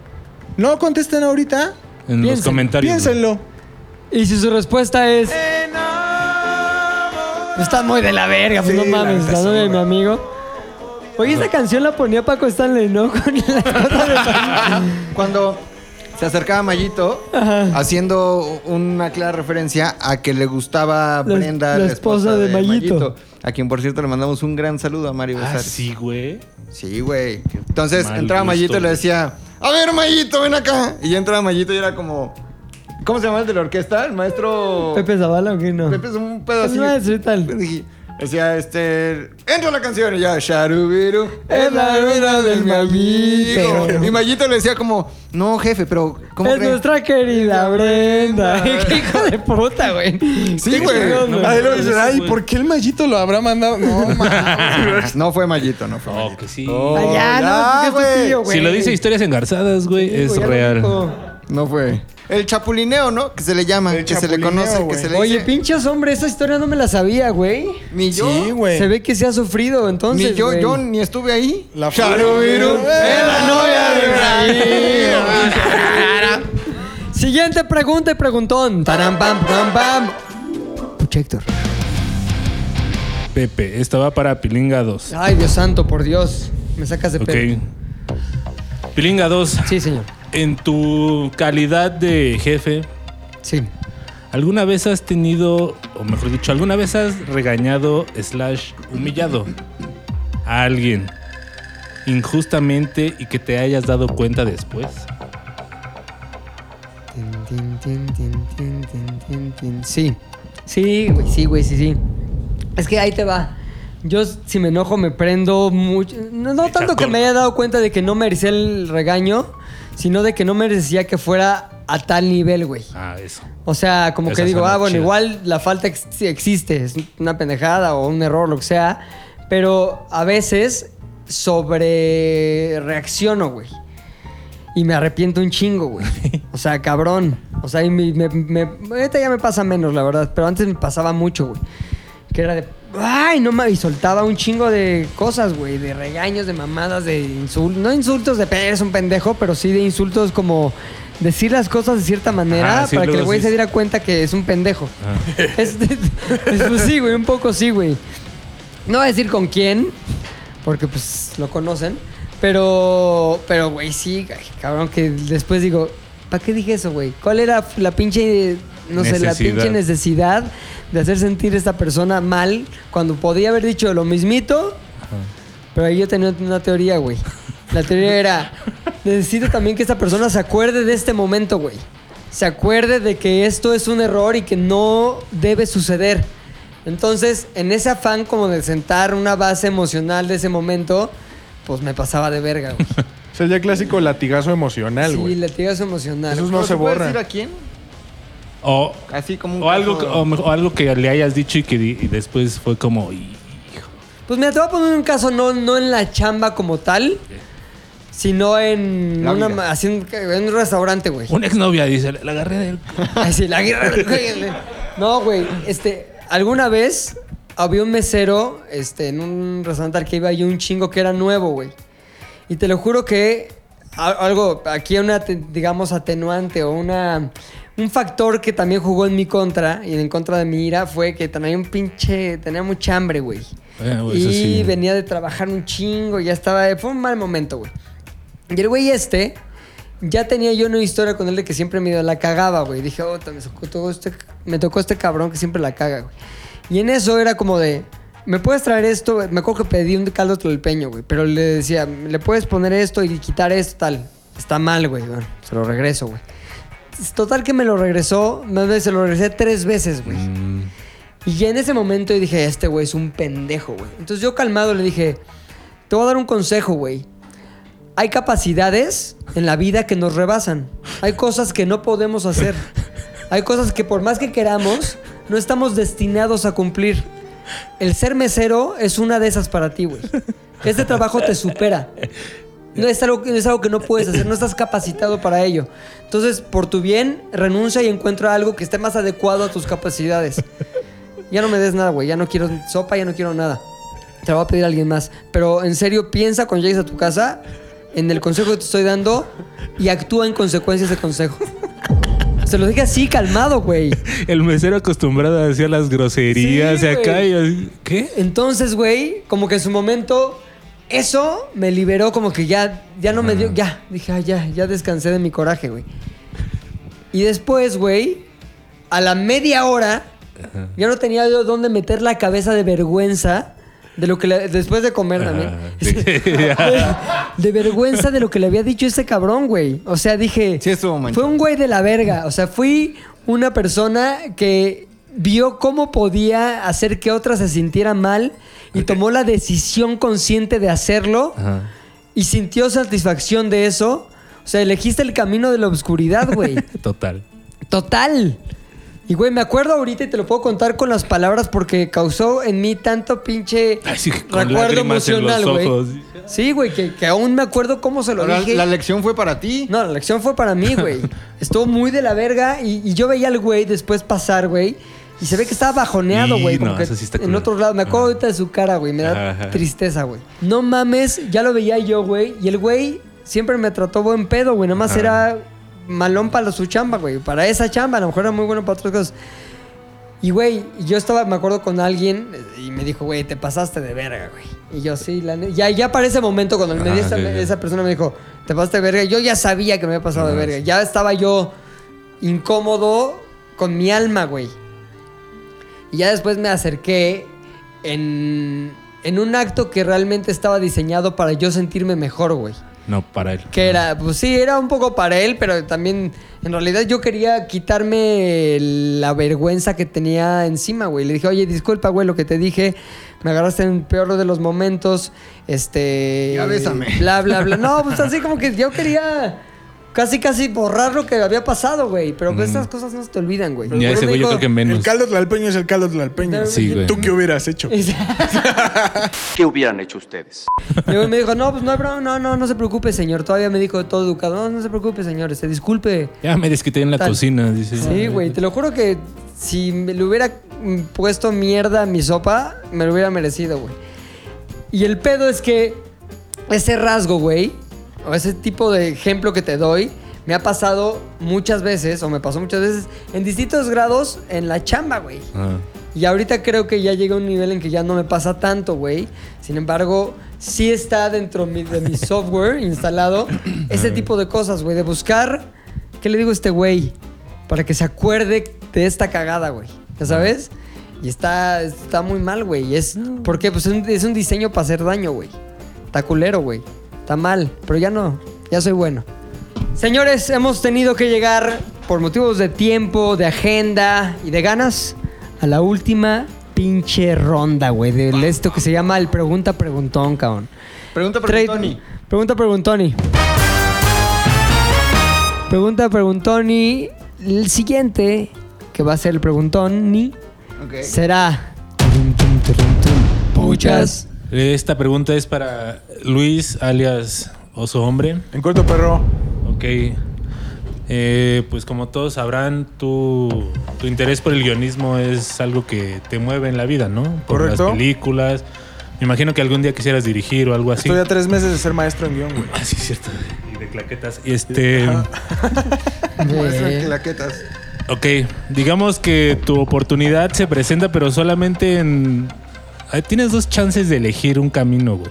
Speaker 4: No contesten ahorita.
Speaker 2: En los
Speaker 1: piénsenlo,
Speaker 2: comentarios. güey.
Speaker 4: Piénsenlo.
Speaker 1: y si su respuesta es. Está muy de la verga, pues
Speaker 4: Sí,
Speaker 1: no
Speaker 4: la
Speaker 1: mames,
Speaker 4: neta
Speaker 1: la
Speaker 4: sí,
Speaker 1: novia de mi
Speaker 4: güey.
Speaker 1: amigo. Oye, esta canción la ponía Paco Stanley, ¿no? [LAUGHS] Con la cosa de
Speaker 3: Cuando se acercaba Mayito, haciendo una clara referencia a que le gustaba
Speaker 1: La-
Speaker 3: Brenda,
Speaker 1: la esposa de Mayito.
Speaker 3: A quien, por cierto, le mandamos un gran saludo a Mario
Speaker 2: Ah,
Speaker 3: Besares.
Speaker 2: sí, güey.
Speaker 3: Sí, güey. Entonces
Speaker 2: Mal
Speaker 3: entraba
Speaker 2: gusto,
Speaker 3: Mayito y le
Speaker 2: güey.
Speaker 3: decía, a ver, Mayito, ven acá. Y ya entraba Mayito y era como, ¿cómo se llama el de la orquesta? El maestro...
Speaker 1: Pepe Zavala o qué no.
Speaker 3: Pepe es un pedacito.
Speaker 1: Es maestro y tal.
Speaker 3: Decía, este... Entra la canción y ya, Charubiru,
Speaker 1: Es la vida del
Speaker 3: Mayito.
Speaker 1: Mayito.
Speaker 3: Y Mayito le decía como, no, jefe, pero... ¿cómo
Speaker 1: es
Speaker 3: cree?
Speaker 1: nuestra querida Brenda. [LAUGHS] qué hijo de puta, güey.
Speaker 3: Sí, güey.
Speaker 1: chingón,
Speaker 2: No,
Speaker 4: Ahí lo dicen,
Speaker 2: ese
Speaker 4: ay,
Speaker 2: güey.
Speaker 4: ¿por qué el mallito lo habrá
Speaker 3: [LAUGHS]
Speaker 4: mandado? No, mames.
Speaker 3: No fue Mayito, no fue.
Speaker 2: No, Oh, que sí.
Speaker 4: Oh,
Speaker 1: Ah, ya,
Speaker 3: ya,
Speaker 1: no, pues, es tu
Speaker 3: güey.
Speaker 1: tío, güey.
Speaker 2: si lo dice historias engarzadas, güey,
Speaker 1: Sí,
Speaker 2: es
Speaker 1: güey, ya lo
Speaker 2: real.
Speaker 1: dijo.
Speaker 3: No fue. El chapulineo, ¿no? Que se le llama,
Speaker 4: El
Speaker 3: que se le
Speaker 4: chapulineo,
Speaker 3: conoce, que
Speaker 4: güey.
Speaker 3: se le
Speaker 1: Oye,
Speaker 3: dice.
Speaker 1: pinches hombre, esa historia no me la sabía, güey.
Speaker 3: Ni yo.
Speaker 4: Sí, güey.
Speaker 1: Se ve que se ha sufrido, entonces.
Speaker 3: Ni yo,
Speaker 1: güey.
Speaker 3: yo ni estuve ahí.
Speaker 4: La Eh,
Speaker 3: Charubiru es la novia de
Speaker 1: [LAUGHS] Siguiente pregunta y preguntón. Tarán, pam, pam, pam. Pucha, Héctor.
Speaker 2: Pepe, esta va para Pilinga 2.
Speaker 1: Ay, Dios santo, por Dios. Me sacas de
Speaker 2: ok.
Speaker 1: pedo.
Speaker 2: Pilinga 2,
Speaker 1: Sí, señor.
Speaker 2: en tu calidad de jefe,
Speaker 1: Sí.
Speaker 2: ¿alguna vez has tenido, o mejor dicho, alguna vez has regañado, slash, humillado a alguien injustamente y que te hayas dado cuenta después?
Speaker 1: Tin, tin, tin, tin, tin, tin, tin, tin. Sí. Sí, güey, sí, güey, sí, sí. Es que ahí te va. Yo si me enojo me prendo mucho. No, no
Speaker 2: El
Speaker 1: tanto que
Speaker 2: chacón.
Speaker 1: me haya dado cuenta de que no merecía el regaño, sino de que no merecía que fuera a tal nivel, güey.
Speaker 2: Ah, eso.
Speaker 1: O sea, como que
Speaker 2: Esa
Speaker 1: digo,
Speaker 2: suena
Speaker 1: ah, bueno,
Speaker 2: chida.
Speaker 1: igual la falta ex- sí existe, es una pendejada o un error, lo que sea, pero a veces sobre reacciono, güey. Y me arrepiento un chingo, güey. O sea, cabrón. O sea, y me, me- me- ahorita ya me pasa menos, la verdad, pero antes me pasaba mucho, güey. Que era de, ay, no mames, y soltaba un chingo de cosas, güey, de regaños, de mamadas, de insultos, no insultos de, "Eres un pendejo, pero sí de insultos como decir las cosas de cierta manera
Speaker 2: Ajá, sí,
Speaker 1: para que el
Speaker 2: luego
Speaker 1: güey
Speaker 2: sí. Ah.
Speaker 1: se diera cuenta que es un pendejo. [LAUGHS] Es- es- pues sí, güey, un poco sí, güey. No voy a decir con quién, porque pues lo conocen. Pero, pero, güey, sí, ay, cabrón, que después digo, ¿para qué dije eso, güey? ¿Cuál era la pinche, no sé, la
Speaker 2: Necesidad.
Speaker 1: pinche necesidad de hacer sentir a esta persona mal cuando podía haber dicho lo mismito? Pero ahí yo tenía una teoría, güey. La teoría era, necesito también que esta persona se acuerde de este momento, güey. Se acuerde de que esto es un error y que no debe suceder. Entonces, en ese afán como de sentar una base emocional de ese momento, pues me pasaba de verga, güey.
Speaker 4: O sea, ya clásico latigazo emocional,
Speaker 1: Sí,
Speaker 4: güey.
Speaker 1: latigazo emocional.
Speaker 4: Eso es No se
Speaker 3: puede
Speaker 4: borra.
Speaker 3: decir a quién?
Speaker 2: O,
Speaker 3: Así como un
Speaker 2: o algo, que-
Speaker 3: caso-
Speaker 2: o, mejor- o algo que le hayas dicho y que di- y después fue como... "Hijo".
Speaker 1: Pues mira, te voy a poner un caso no, no en la chamba como tal, sino en,
Speaker 3: La
Speaker 1: una
Speaker 3: vida.
Speaker 1: ma- así en- en un restaurante, güey.
Speaker 2: Una exnovia dice, la agarré del...
Speaker 1: [LAUGHS] Ay, sí, la guerra del cuello. No, güey. Este, alguna vez había un mesero este, en un restaurante al que iba yo un chingo que era nuevo, güey. Y te lo juro que a- algo, aquí hay una, te- digamos, atenuante o una, un factor que también jugó en mi contra y en contra de mi ira fue que tenía un pinche, tenía mucha hambre, güey.
Speaker 2: Eh, güey,
Speaker 1: y
Speaker 2: eso sí.
Speaker 1: venía de trabajar un chingo, ya estaba, fue un mal momento, güey. Y el güey este, ya tenía yo una historia con él de que siempre medio la cagaba, güey. Dije, oh, me tocó, todo este, me tocó este cabrón que siempre la caga, güey. Y en eso era como de, ¿me puedes traer esto? Me acuerdo que pedí un caldo tlalpeño, güey. Pero le decía, ¿le puedes poner esto y quitar esto, tal? Está mal, güey. Bueno, se lo regreso, güey. Total que me lo regresó, más veces, se lo regresé tres veces, güey. Y ya en ese momento yo dije, este güey es un pendejo, güey. Entonces yo calmado le dije, te voy a dar un consejo, güey. Hay capacidades en la vida que nos rebasan. Hay cosas que no podemos hacer. Hay cosas que por más que queramos, no estamos destinados a cumplir. El ser mesero es una de esas para ti, güey. Este trabajo te supera. No es, algo, es algo que no puedes hacer, no estás capacitado para ello. Entonces, por tu bien, renuncia y encuentra algo que esté más adecuado a tus capacidades. Ya no me des nada, güey. Ya no quiero sopa, ya no quiero nada. Te lo va a pedir alguien más. Pero en serio, piensa cuando llegues a tu casa en el consejo que te estoy dando y actúa en consecuencia de ese consejo. [LAUGHS] Se lo dije así, calmado, güey.
Speaker 2: El mesero acostumbrado a decir las groserías
Speaker 1: Sí,
Speaker 2: de acá
Speaker 1: güey.
Speaker 2: y así, ¿Qué?
Speaker 1: Entonces, güey, como que en su momento eso me liberó, como que ya, ya no me dio, ya, dije, "Ah, ya, ya descansé de mi coraje, güey. Y después, güey, a la media hora, ya no tenía yo dónde meter la cabeza de vergüenza de lo que le- después de comer también.
Speaker 2: Ah,
Speaker 1: [LAUGHS]
Speaker 2: [LAUGHS]
Speaker 1: de vergüenza de lo que le había dicho ese cabrón, güey. O sea, dije.
Speaker 3: Sí, estuvo manchado.
Speaker 1: Fue un güey de la verga. O sea, fui una persona que vio cómo podía hacer que otra se sintiera mal y tomó la decisión consciente de hacerlo
Speaker 2: Ajá.
Speaker 1: y sintió satisfacción de eso. O sea, elegiste el camino de la obscuridad, güey.
Speaker 2: Total.
Speaker 1: Total. Y güey, me acuerdo ahorita y te lo puedo contar con las palabras porque causó en mí tanto pinche
Speaker 2: Ay, sí, con
Speaker 1: recuerdo
Speaker 2: lágrimas en
Speaker 1: emocional,
Speaker 2: los
Speaker 1: güey.
Speaker 2: ojos.
Speaker 1: Sí, güey, que, que aún me acuerdo cómo se lo
Speaker 3: La,
Speaker 1: dije.
Speaker 3: la lección fue para ti.
Speaker 1: No, la lección fue para mí,
Speaker 2: [LAUGHS]
Speaker 1: güey. Estuvo muy de la verga y, y yo veía al güey después pasar, güey. Y se ve que estaba bajoneado,
Speaker 2: Y
Speaker 1: güey. como
Speaker 2: no,
Speaker 1: que
Speaker 2: eso sí está
Speaker 1: en
Speaker 2: culero.
Speaker 1: otro lado. Me acuerdo
Speaker 2: Ajá.
Speaker 1: ahorita de su cara, güey. Me da
Speaker 2: Ajá.
Speaker 1: tristeza, güey. No mames, ya lo veía yo, güey. Y el güey siempre me trató buen pedo, güey. Nada más
Speaker 2: Ajá.
Speaker 1: era malón para su chamba, güey. Para esa chamba, a lo mejor era muy bueno para otras cosas. Y, güey, yo estaba, me acuerdo con alguien eh, y me dijo, güey, te pasaste de verga, güey. Y yo, sí, la ne-". ya, ya para ese momento, cuando me
Speaker 2: Ajá,
Speaker 1: di esa,
Speaker 2: sí, sí.
Speaker 1: esa persona me dijo, te pasaste de verga, yo ya sabía que me había pasado de verga. Ya estaba yo incómodo con mi alma, güey. Y ya después me acerqué en, en un acto que realmente estaba diseñado para yo sentirme mejor, güey.
Speaker 2: No, para él.
Speaker 1: Que era, pues sí, era un poco para él, pero también en realidad yo quería quitarme la vergüenza que tenía encima, güey. Le dije, oye, disculpa, güey, lo que te dije, me agarraste en el peor de los momentos, este...
Speaker 3: Ya bésame.
Speaker 1: Bla, bla, bla. No, pues así como que yo quería casi, casi borrar lo que había pasado, güey. Pero pues
Speaker 2: Mm.
Speaker 1: estas cosas no se te olvidan, güey.
Speaker 2: Ya
Speaker 1: Pero
Speaker 2: ese
Speaker 1: me
Speaker 2: güey yo
Speaker 1: dijo- [LAUGHS]
Speaker 2: creo que
Speaker 4: El
Speaker 2: menos.
Speaker 4: caldo tlalpeño es el caldo tlalpeño.
Speaker 2: Sí, güey.
Speaker 4: ¿Tú qué hubieras hecho?
Speaker 1: Eh.
Speaker 10: ¿Qué hubieran hecho ustedes?
Speaker 1: Y luego me dijo, no, pues no, hay bro, no, no, no se preocupe, señor. Todavía me dijo todo educado, no, no se preocupe, señor. Se disculpe.
Speaker 2: Ya me desquité en la
Speaker 1: Tal.
Speaker 2: cocina, dice.
Speaker 1: Sí, güey, te lo juro que si me le hubiera mm, puesto mierda a mi sopa, me lo hubiera merecido, güey. Y el pedo es que ese rasgo, güey, o ese tipo de ejemplo que te doy, me ha pasado muchas veces, o me pasó muchas veces, en distintos grados en la chamba, güey.
Speaker 2: Ah.
Speaker 1: Y ahorita creo que ya llegué a un nivel en que ya no me pasa tanto, güey. Sin embargo, sí está dentro mi- de mi [LAUGHS] software instalado ese tipo de cosas, güey. De buscar, ¿qué le digo a este güey? Para que se acuerde de esta cagada, güey. ¿Ya sabes? Y está, está muy mal, güey. Y Es, ¿Por qué? Pues es un, es un diseño para hacer daño, güey. Está culero, güey. Está mal. Pero ya no. Ya soy bueno. Señores, hemos tenido que llegar por motivos de tiempo, de agenda y de ganas a la última pinche ronda, güey, de esto que se llama el pregunta preguntón, cabrón.
Speaker 3: Pregunta para
Speaker 1: Trade-
Speaker 3: Tony.
Speaker 1: Pregunta preguntoni. Pregunta preguntoni. El siguiente, que va a ser el preguntoni,
Speaker 3: Ok.
Speaker 1: será... Turum, tum, turum, tum. Puchas.
Speaker 2: Esta pregunta es para Luis, alias Oso Hombre.
Speaker 4: En corto, perro.
Speaker 2: Ok. Eh, pues como todos sabrán, tu, tu interés por el guionismo es algo que te mueve en la vida, ¿no? Por
Speaker 4: Correcto.
Speaker 2: las películas. Me imagino que algún día quisieras dirigir o algo así.
Speaker 4: Estoy a tres meses de ser maestro en guión, güey.
Speaker 2: Ah, sí, es cierto. Y de claquetas. Este,
Speaker 1: Eh,
Speaker 3: Muestra claquetas.
Speaker 2: Ok, digamos que tu oportunidad se presenta, pero solamente en. ahí Tienes dos chances de elegir un camino, güey.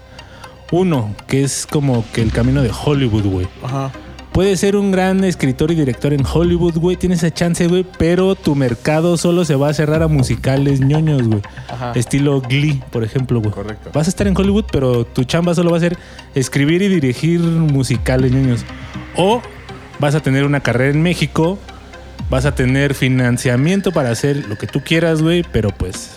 Speaker 2: Uno, que es como que el camino de Hollywood, güey.
Speaker 4: Ajá.
Speaker 2: Puedes ser un gran escritor y director en Hollywood, güey. Tienes esa chance, güey. Pero tu mercado solo se va a cerrar a musicales ñoños, güey.
Speaker 4: Ajá.
Speaker 2: Estilo Glee, por ejemplo, güey.
Speaker 4: Correcto.
Speaker 2: Vas a estar en Hollywood, pero tu chamba solo va a ser escribir y dirigir musicales ñoños. O vas a tener una carrera en México. Vas a tener financiamiento para hacer lo que tú quieras, güey. Pero pues.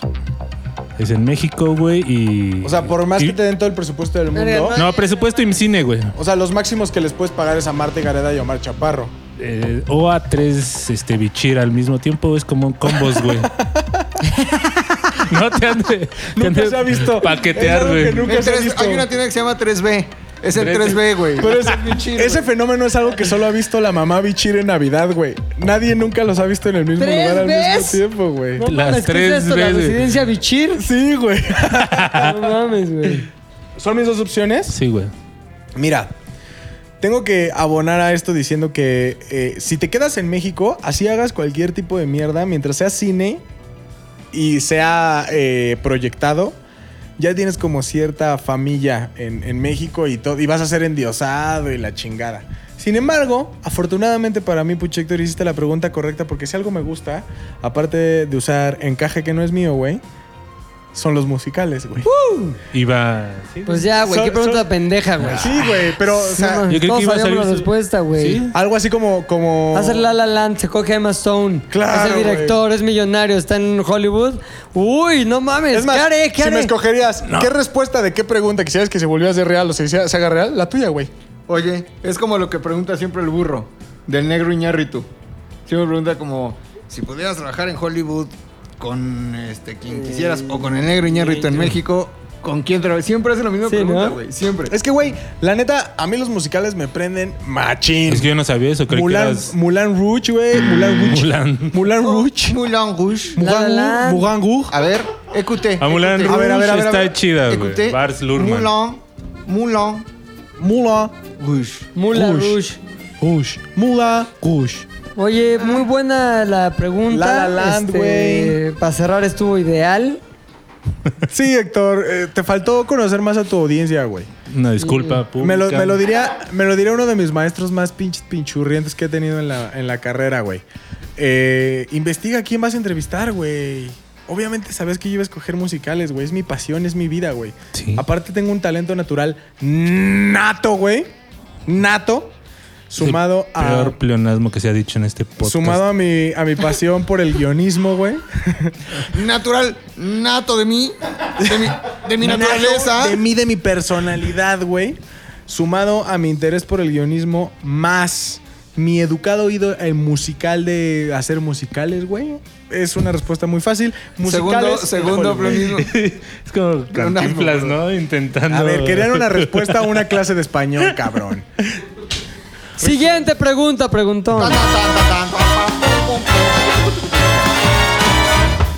Speaker 2: Es en México, güey. Y.
Speaker 4: O sea, por más
Speaker 2: y-
Speaker 4: que te den todo el presupuesto del mundo.
Speaker 2: No, presupuesto IMCINE, güey.
Speaker 4: O sea, los máximos que les puedes pagar es a Marta Gareda y Omar Chaparro.
Speaker 2: eh, o a tres este, bichir al mismo tiempo es como un combos,
Speaker 4: [LAUGHS]
Speaker 2: güey. no te han de, te han
Speaker 4: Nunca
Speaker 2: de
Speaker 4: se ha visto. Es
Speaker 2: paquetear,
Speaker 4: algo que
Speaker 2: güey.
Speaker 4: nunca se ha
Speaker 3: Tres-
Speaker 4: visto.
Speaker 3: hay una tienda que se llama 3B. Es el
Speaker 2: 3B.
Speaker 3: 3B, güey.
Speaker 4: [LAUGHS] Pero ese, ese fenómeno es algo que solo ha visto la mamá Bichir en Navidad, güey. Nadie nunca los ha visto en el mismo
Speaker 1: ¿Tres
Speaker 4: lugar al mismo
Speaker 1: veces?
Speaker 4: tiempo, güey.
Speaker 1: No
Speaker 2: Las
Speaker 1: mames, ¿qué
Speaker 2: tres
Speaker 1: es esto? ¿La
Speaker 2: veces. Ah.
Speaker 1: residencia Bichir?
Speaker 4: Sí, güey.
Speaker 5: No mames, güey.
Speaker 4: ¿Son mis dos opciones?
Speaker 2: Sí, güey.
Speaker 4: Mira, tengo que abonar a esto diciendo que eh, si te quedas en México, así hagas cualquier tipo de mierda, mientras sea cine y sea eh, proyectado, ya tienes como cierta familia en, en México y todo, y vas a ser endiosado y la chingada. Sin embargo, afortunadamente para mí, Puchector, hiciste la pregunta correcta porque si algo me gusta, aparte de usar encaje que no es mío, güey, son los musicales, güey.
Speaker 2: Iba.
Speaker 1: Pues ya, güey,
Speaker 4: Son-
Speaker 1: qué pregunta
Speaker 4: son-
Speaker 1: pendeja, güey.
Speaker 4: Sí, güey, pero, o sea,
Speaker 1: No mames,
Speaker 2: yo creo que
Speaker 1: todos
Speaker 2: iba a
Speaker 1: sabíamos
Speaker 2: salir
Speaker 1: la
Speaker 2: su-
Speaker 1: respuesta, güey.
Speaker 2: Sí.
Speaker 4: algo así como... como...
Speaker 1: Hace La La Land, se coge a Emma Stone.
Speaker 4: Claro,
Speaker 1: Es el director, es millonario, está en Hollywood. Uy, no mames.
Speaker 4: Es más,
Speaker 1: ¿Qué haré? ¿Qué
Speaker 4: si me
Speaker 1: haré?
Speaker 4: escogerías, ¿qué respuesta de qué pregunta quisieras que se volviera a ser real o se, hiciera- se haga real? La tuya, güey.
Speaker 3: Oye, es como lo que pregunta siempre el burro del negro Iñárritu. Siempre pregunta como si pudieras trabajar en Hollywood con este quien
Speaker 4: Eh,
Speaker 3: quisieras o con el negro Iñárritu en México, ¿con quién trabajas? Siempre hace la misma
Speaker 1: Sí,
Speaker 3: pregunta,
Speaker 1: ¿no?
Speaker 3: güey, siempre.
Speaker 4: Es que, güey, la neta, a mí los musicales me prenden machín.
Speaker 2: Es que yo no sabía eso, creo que
Speaker 4: Mulan,
Speaker 2: eras.
Speaker 4: Mulan Rouge, güey. Mulan Rouge.
Speaker 2: Mulan.
Speaker 4: Mulan
Speaker 1: Oh.
Speaker 4: Rouge.
Speaker 3: Moulin Rouge.
Speaker 1: La La
Speaker 4: Mulan
Speaker 1: Land.
Speaker 4: Rouge. Mulan Rouge.
Speaker 3: A ver, E écute.
Speaker 2: A Mulan
Speaker 3: écute.
Speaker 2: Rouge
Speaker 4: A ver, a ver, a ver, a
Speaker 2: está
Speaker 4: ver.
Speaker 2: chida, güey.
Speaker 3: Écute.
Speaker 2: Bars Lurman.
Speaker 3: Moulin, Moulin
Speaker 4: Mulan
Speaker 3: Rouge.
Speaker 1: Mula
Speaker 4: Rouge.
Speaker 1: Rouge.
Speaker 4: Rouge. Mulan Rouge.
Speaker 1: Oye, muy buena la pregunta. Este,
Speaker 4: La La Land, güey.
Speaker 1: Para cerrar estuvo ideal.
Speaker 4: Sí, Héctor, eh, te faltó conocer más a tu audiencia, güey.
Speaker 2: Una disculpa, pública.
Speaker 4: Mm. Me lo, me lo diría, me lo diría uno de mis maestros más pinches pinchurrientes que he tenido en la, en la carrera, güey. Eh, investiga quién vas a entrevistar, güey. Obviamente sabes que yo iba a escoger musicales, güey. Es mi pasión, es mi vida, güey.
Speaker 2: Sí.
Speaker 4: Aparte tengo un talento natural nato, güey. Nato. Sumado
Speaker 2: el
Speaker 4: a...
Speaker 2: Peor pleonasmo que se ha dicho en este podcast.
Speaker 4: Sumado a mi, a mi pasión por el guionismo, güey.
Speaker 3: Natural, nato de mí, de mi, de mi
Speaker 4: [LAUGHS] Nato
Speaker 3: naturaleza.
Speaker 4: De mí, de mi personalidad, güey. Sumado a mi interés por el guionismo, más mi educado oído el musical de hacer musicales, güey. Es una respuesta muy fácil.
Speaker 3: Segundo,
Speaker 4: Musicales.
Speaker 3: segundo
Speaker 4: Híjole, güey.
Speaker 3: pleonasmo.
Speaker 2: [LAUGHS]
Speaker 3: [LAUGHS]
Speaker 2: es como cantinflas, ¿no? Intentando.
Speaker 4: A ver, querían
Speaker 2: [LAUGHS]
Speaker 4: una respuesta a una clase de español, cabrón. Pues
Speaker 1: Siguiente pregunta, preguntón.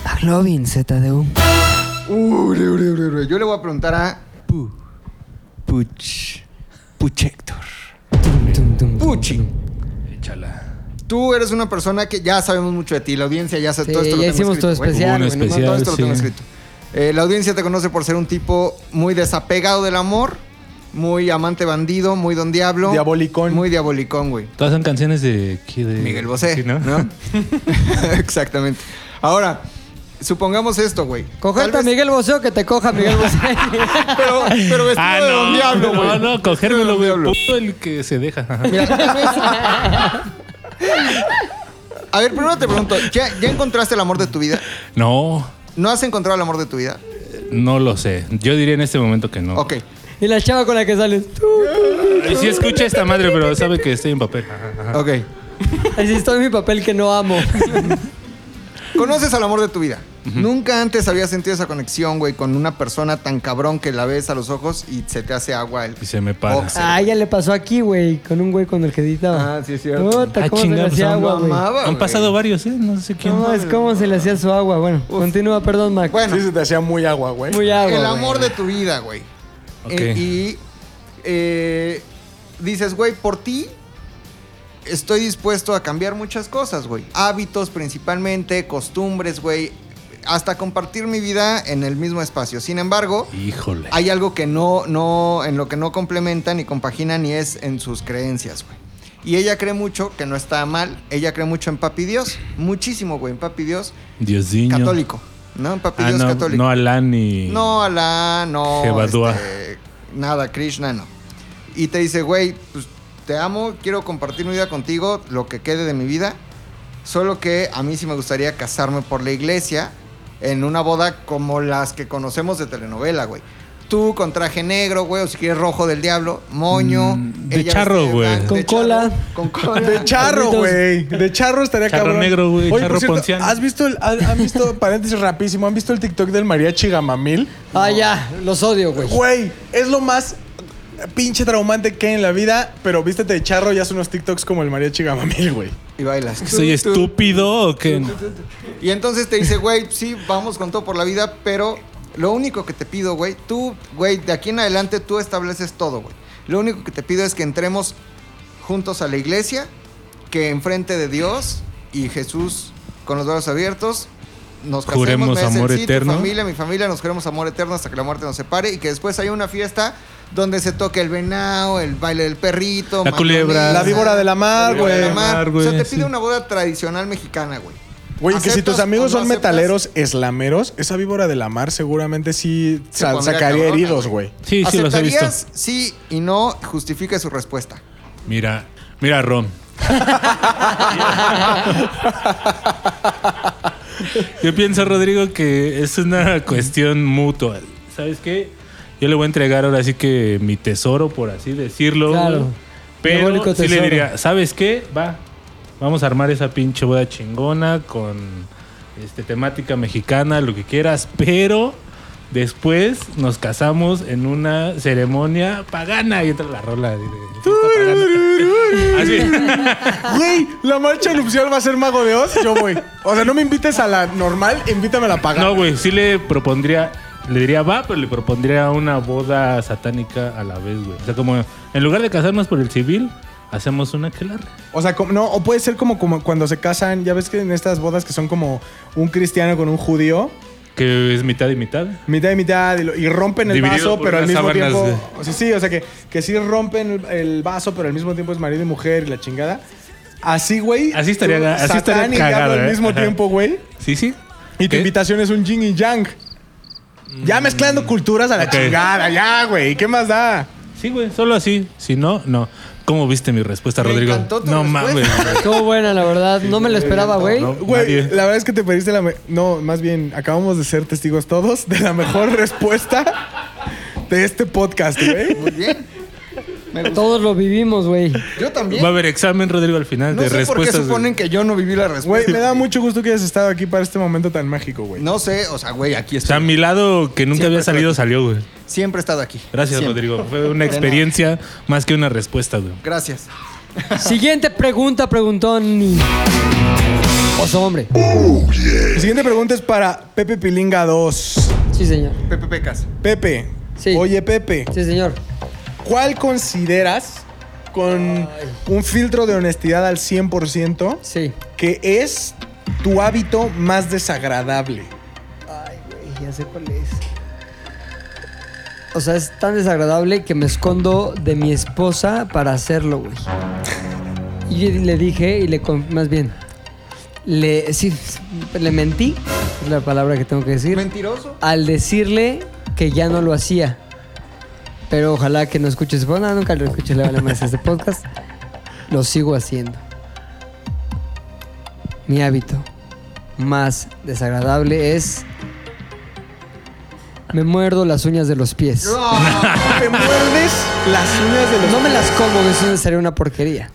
Speaker 1: Aglovin ZDU.
Speaker 3: Uh, ure, ure, ure, ure. Yo le voy a preguntar a Pu, Puch, Puchector.
Speaker 1: Tum, tum, tum, tum.
Speaker 3: Puchi.
Speaker 2: Échala.
Speaker 3: Tú eres una persona que ya sabemos mucho de ti, la audiencia ya sabe
Speaker 1: Sí,
Speaker 3: todo esto. lo
Speaker 1: ya
Speaker 3: tengo
Speaker 1: hicimos
Speaker 3: escrito,
Speaker 1: todo
Speaker 3: güey.
Speaker 1: especial,
Speaker 2: Hubo un
Speaker 1: güey, no mames.
Speaker 2: especial.
Speaker 3: Todo esto lo tengo
Speaker 2: sí.
Speaker 3: escrito. Eh, la audiencia te conoce por ser un tipo muy desapegado del amor, muy amante bandido, muy don diablo.
Speaker 4: Diabolicón.
Speaker 3: Muy diabolicón, güey.
Speaker 2: Todas son canciones de. ¿qué? de-
Speaker 3: Miguel Bosé,
Speaker 2: sí,
Speaker 3: ¿no?
Speaker 2: [LAUGHS]
Speaker 3: [LAUGHS] Exactamente. Ahora, supongamos esto, güey.
Speaker 1: Cogerte
Speaker 3: Tal
Speaker 1: a
Speaker 3: vez-
Speaker 1: Miguel Bosé o que te coja Miguel
Speaker 4: [LAUGHS]
Speaker 1: Bosé. [LAUGHS]
Speaker 3: Pero, pero vestido
Speaker 2: Ah,
Speaker 3: de don
Speaker 2: no,
Speaker 3: diablo, güey.
Speaker 2: no, no,
Speaker 3: Vestido de
Speaker 2: cogérmelo,
Speaker 3: don
Speaker 2: güey.
Speaker 3: diablo.
Speaker 2: Puto el que se deja.
Speaker 3: A ver, primero te pregunto, ¿ya, ¿ya encontraste el amor de tu vida?
Speaker 2: No,
Speaker 3: ¿No has encontrado el amor de tu vida?
Speaker 2: no lo sé. Yo diría en este momento que no.
Speaker 3: Ok.
Speaker 1: y la chava con la que sales. Tú.
Speaker 2: Ay, Sí escucha esta madre, pero sabe que estoy en papel. Ajá, ajá.
Speaker 3: Ok.
Speaker 1: Así estoy en mi papel que no amo.
Speaker 3: Conoces al amor de tu vida. Nunca antes había sentido esa conexión, güey, con una persona tan cabrón que la ves a los ojos y se te hace agua el.
Speaker 2: Y se me para.
Speaker 3: Oxxo.
Speaker 1: Ah, ya le pasó aquí, güey, con un güey con el que editaba.
Speaker 3: Ah, sí, es cierto.
Speaker 1: Puta,
Speaker 2: Ah,
Speaker 1: cómo se
Speaker 2: chinga,
Speaker 1: le
Speaker 2: pues,
Speaker 1: hacía agua,
Speaker 3: no
Speaker 1: güey.
Speaker 3: mames.
Speaker 2: Han
Speaker 3: güey.
Speaker 2: pasado varios, ¿eh? No sé quién.
Speaker 1: No, es cómo se le hacía su agua. Bueno, continúa, perdón, Mac.
Speaker 3: Bueno,
Speaker 4: Sí, se te hacía muy agua, güey.
Speaker 1: Muy agua.
Speaker 3: el
Speaker 1: güey.
Speaker 3: amor de tu vida, güey.
Speaker 2: Ah, Ok.
Speaker 3: Eh, y eh, dices, güey, por ti estoy dispuesto a cambiar muchas cosas, güey. Hábitos principalmente, costumbres, güey. Hasta compartir mi vida en el mismo espacio. Sin embargo,
Speaker 2: Híjole.
Speaker 3: hay algo que no, no, en lo que no complementan ni compaginan y es en sus creencias, güey. Y ella cree mucho, que no está mal, ella cree mucho en Papi Dios. Muchísimo, güey, en Papi Dios
Speaker 2: Diosdiño.
Speaker 3: católico. ¿No? En Papi
Speaker 2: Ah,
Speaker 3: Dios
Speaker 2: no,
Speaker 3: católico.
Speaker 2: no Alán y...
Speaker 3: No, Alá, no.
Speaker 2: Jebadúa.
Speaker 3: este, nada, Krishna, no. Y te dice, güey, pues te amo, quiero compartir mi vida contigo, lo que quede de mi vida. Solo que a mí sí me gustaría casarme por la iglesia en una boda como las que conocemos de telenovela, güey. Tú con traje negro, güey, o si quieres rojo del diablo, moño.
Speaker 2: Mm, de
Speaker 3: ella
Speaker 2: charro,
Speaker 3: vestida de
Speaker 2: güey.
Speaker 3: blanco,
Speaker 2: Con
Speaker 3: de charro,
Speaker 1: cola.
Speaker 3: Con cola.
Speaker 4: De charro, güey. De charro estaría
Speaker 2: Charro
Speaker 4: cabrón.
Speaker 2: negro, güey,
Speaker 4: Oye,
Speaker 2: charro
Speaker 4: por cierto,
Speaker 2: ponciano.
Speaker 4: ¿Has visto, el- han,
Speaker 3: [LAUGHS]
Speaker 4: han visto, paréntesis rapidísimo, ¿han visto el TikTok del mariachi gamamil?
Speaker 1: Ah, ya, los odio, güey.
Speaker 4: Güey, es lo más pinche traumante que hay en la vida, pero vístete de charro y haz unos TikToks como el mariachi gamamil, güey.
Speaker 3: Y bailas.
Speaker 2: ¿Que ¿Soy estúpido o qué?
Speaker 3: Y entonces te dice, güey, sí, vamos con todo por la vida, pero lo único que te pido, güey, tú, güey, de aquí en adelante tú estableces todo, güey. Lo único que te pido es que entremos juntos a la iglesia, que enfrente de Dios y Jesús con los brazos abiertos nos casemos,
Speaker 2: Juremos
Speaker 3: me dicen,
Speaker 2: amor
Speaker 3: sí, tu
Speaker 2: eterno".
Speaker 3: familia, mi familia, nos juremos amor eterno hasta que la muerte nos separe y que después haya una fiesta donde se toque el venado, el baile del perrito,
Speaker 2: La culebra.
Speaker 3: mandonesa,
Speaker 4: La víbora de la mar,
Speaker 3: víbora de la
Speaker 4: güey.
Speaker 3: mar. O sea, te
Speaker 2: Güey,
Speaker 3: pide
Speaker 2: sí.
Speaker 3: una boda tradicional mexicana, güey.
Speaker 4: Güey, que si
Speaker 3: ¿Aceptas
Speaker 4: tus amigos
Speaker 3: o no
Speaker 4: son
Speaker 3: aceptas?
Speaker 4: metaleros eslameros, esa víbora de la mar seguramente sí
Speaker 3: Se
Speaker 4: sal-
Speaker 3: pondría
Speaker 4: sacaría
Speaker 3: cabrona,
Speaker 4: heridos, güey.
Speaker 2: Sí, sí, los he visto.
Speaker 3: ¿Aceptarías? Sí y no, justifica su respuesta.
Speaker 2: Mira, mira, Ron. Yo pienso, Rodrigo, que es una cuestión mutua. ¿Sabes qué? Yo le voy a entregar ahora sí que mi tesoro, por así decirlo.
Speaker 1: Claro.
Speaker 2: Pero
Speaker 1: Diabólico
Speaker 2: sí le
Speaker 1: tesoro.
Speaker 2: diría, ¿sabes qué? Va, vamos a armar esa pinche boda chingona con este, temática mexicana, lo que quieras, pero después nos casamos en una ceremonia pagana. Y entra la rola de, de fiesta pagana. [LAUGHS] Así.
Speaker 4: Güey, la marcha nupcial va a ser Mago de Oz, yo voy. O sea, no me invites a la normal, invítame a la pagana.
Speaker 2: No, güey, sí le propondría, le diría va, pero le propondría una boda satánica a la vez, güey. O sea, como en lugar de casarnos por el civil, hacemos una que larga.
Speaker 4: O sea, como- no, o puede ser como, como cuando se casan, ya ves que en estas bodas que son como un cristiano con un judío,
Speaker 2: Que es mitad y mitad.
Speaker 4: mitad y mitad, y, lo- y rompen el
Speaker 2: Dividido
Speaker 4: vaso,
Speaker 2: por
Speaker 4: pero al
Speaker 2: unas
Speaker 4: mismo
Speaker 2: sábanas,
Speaker 4: tiempo.
Speaker 2: güey.
Speaker 4: O sea, sí, o sea, que, que sí rompen el, el vaso, pero al mismo tiempo es marido y mujer y la chingada. Así, güey.
Speaker 2: Así estaría-
Speaker 4: tú,
Speaker 2: así estaría
Speaker 4: Satán y diablo
Speaker 2: cagado,
Speaker 4: al
Speaker 2: ¿eh?
Speaker 4: mismo
Speaker 2: Ajá.
Speaker 4: tiempo, güey.
Speaker 2: Sí, sí.
Speaker 4: Y tu
Speaker 2: ¿Qué?
Speaker 4: invitación es un yin y yang. Ya mezclando culturas a la
Speaker 2: Mm. Ok.
Speaker 4: chingada, ya, güey. ¿Qué más da?
Speaker 2: Sí, güey, solo así. Si no, no. ¿Cómo viste mi respuesta,
Speaker 3: Me
Speaker 2: Rodrigo?
Speaker 3: encantó tu
Speaker 2: no
Speaker 3: respuesta.
Speaker 2: mames. güey.
Speaker 1: Estuvo buena, la verdad. No me lo esperaba, güey.
Speaker 2: No,
Speaker 4: Güey,
Speaker 2: nadie.
Speaker 4: la verdad es que te pediste la... me- no, más bien, acabamos de ser testigos todos de la mejor [LAUGHS] respuesta de este podcast, güey.
Speaker 3: Muy bien. Me gustó.
Speaker 1: Todos lo vivimos, güey.
Speaker 3: Yo también.
Speaker 2: Va a haber examen, Rodrigo, al final
Speaker 3: no
Speaker 2: de
Speaker 3: sé por qué
Speaker 2: respuestas. güey.
Speaker 3: suponen que yo no viví la
Speaker 4: Güey,
Speaker 3: respuesta.
Speaker 4: me da mucho gusto que hayas estado aquí para este momento tan mágico, güey.
Speaker 3: No sé, o sea, güey, aquí
Speaker 2: O sea, a
Speaker 3: estoy.
Speaker 2: mi lado que nunca
Speaker 3: Siempre
Speaker 2: había salido salió, güey.
Speaker 3: Siempre he estado aquí.
Speaker 2: Gracias,
Speaker 3: Siempre.
Speaker 2: Rodrigo. Fue una experiencia más que una respuesta, güey.
Speaker 3: Gracias.
Speaker 1: Siguiente pregunta, preguntó ni. Oso hombre.
Speaker 4: La siguiente pregunta es para Pepe Pilinga 2.
Speaker 1: Sí, señor.
Speaker 3: Pepe Pecas.
Speaker 4: Pepe.
Speaker 1: Sí.
Speaker 4: Oye, Pepe,
Speaker 1: Sí, señor.
Speaker 4: ¿cuál consideras con un filtro de honestidad al 100%
Speaker 1: Sí.
Speaker 4: que es tu hábito más desagradable?
Speaker 1: Ay, güey, ya sé cuál es. O sea, es tan desagradable que me escondo de mi esposa para hacerlo, güey. Y yo le dije, y le. con- Más bien. Le. Sí, le mentí. Es la palabra que tengo que decir.
Speaker 3: Mentiroso.
Speaker 1: al decirle que ya no lo hacía. Pero ojalá que no escuches. Bueno, nunca lo escuché, le vale más este podcast. Lo sigo haciendo. Mi hábito más desagradable es. Me muerdo las uñas de los pies.
Speaker 3: [LAUGHS]
Speaker 4: Te muerdes las uñas de los
Speaker 1: No me las como, que eso sería una porquería.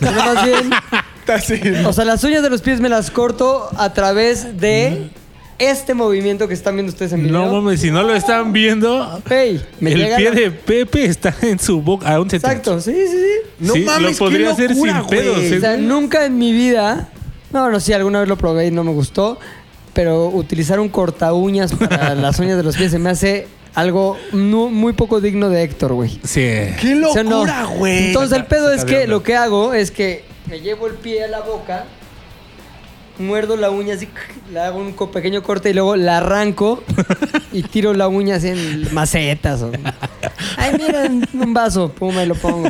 Speaker 1: Pero más bien,
Speaker 4: [LAUGHS] Así.
Speaker 1: o sea, las uñas de los pies me las corto a través de este movimiento que están viendo ustedes en video.
Speaker 2: No mames, si no lo están viendo,
Speaker 1: Hey, me
Speaker 2: el
Speaker 1: llega
Speaker 2: pie
Speaker 1: la-
Speaker 2: de Pepe está en su boca. Aún se
Speaker 1: Exacto, sí, sí, sí.
Speaker 4: No
Speaker 2: Sí,
Speaker 4: mames,
Speaker 2: lo podría
Speaker 4: qué
Speaker 2: hacer
Speaker 4: locura,
Speaker 2: sin pedos.
Speaker 4: güey.
Speaker 2: ¿eh?
Speaker 1: O sea, nunca en mi vida. No, no, sí, alguna vez lo probé y no me gustó. Pero utilizar un corta uñas para las uñas de los pies se me hace algo nu- muy poco digno de Héctor, güey.
Speaker 2: Sí.
Speaker 4: ¡Qué
Speaker 1: O sea, no.
Speaker 4: locura, güey!
Speaker 1: Entonces, el pedo
Speaker 2: saca
Speaker 1: es
Speaker 2: de
Speaker 1: que
Speaker 2: onda.
Speaker 1: lo que hago es que me llevo el pie a la boca, muerdo la uña así, [LAUGHS] le hago un co- pequeño corte y luego la
Speaker 2: [LAUGHS]
Speaker 1: arranco y tiro la uña así en macetas. o- Ay, miren, un vaso, pum, ahí lo
Speaker 2: [LAUGHS]
Speaker 1: pongo.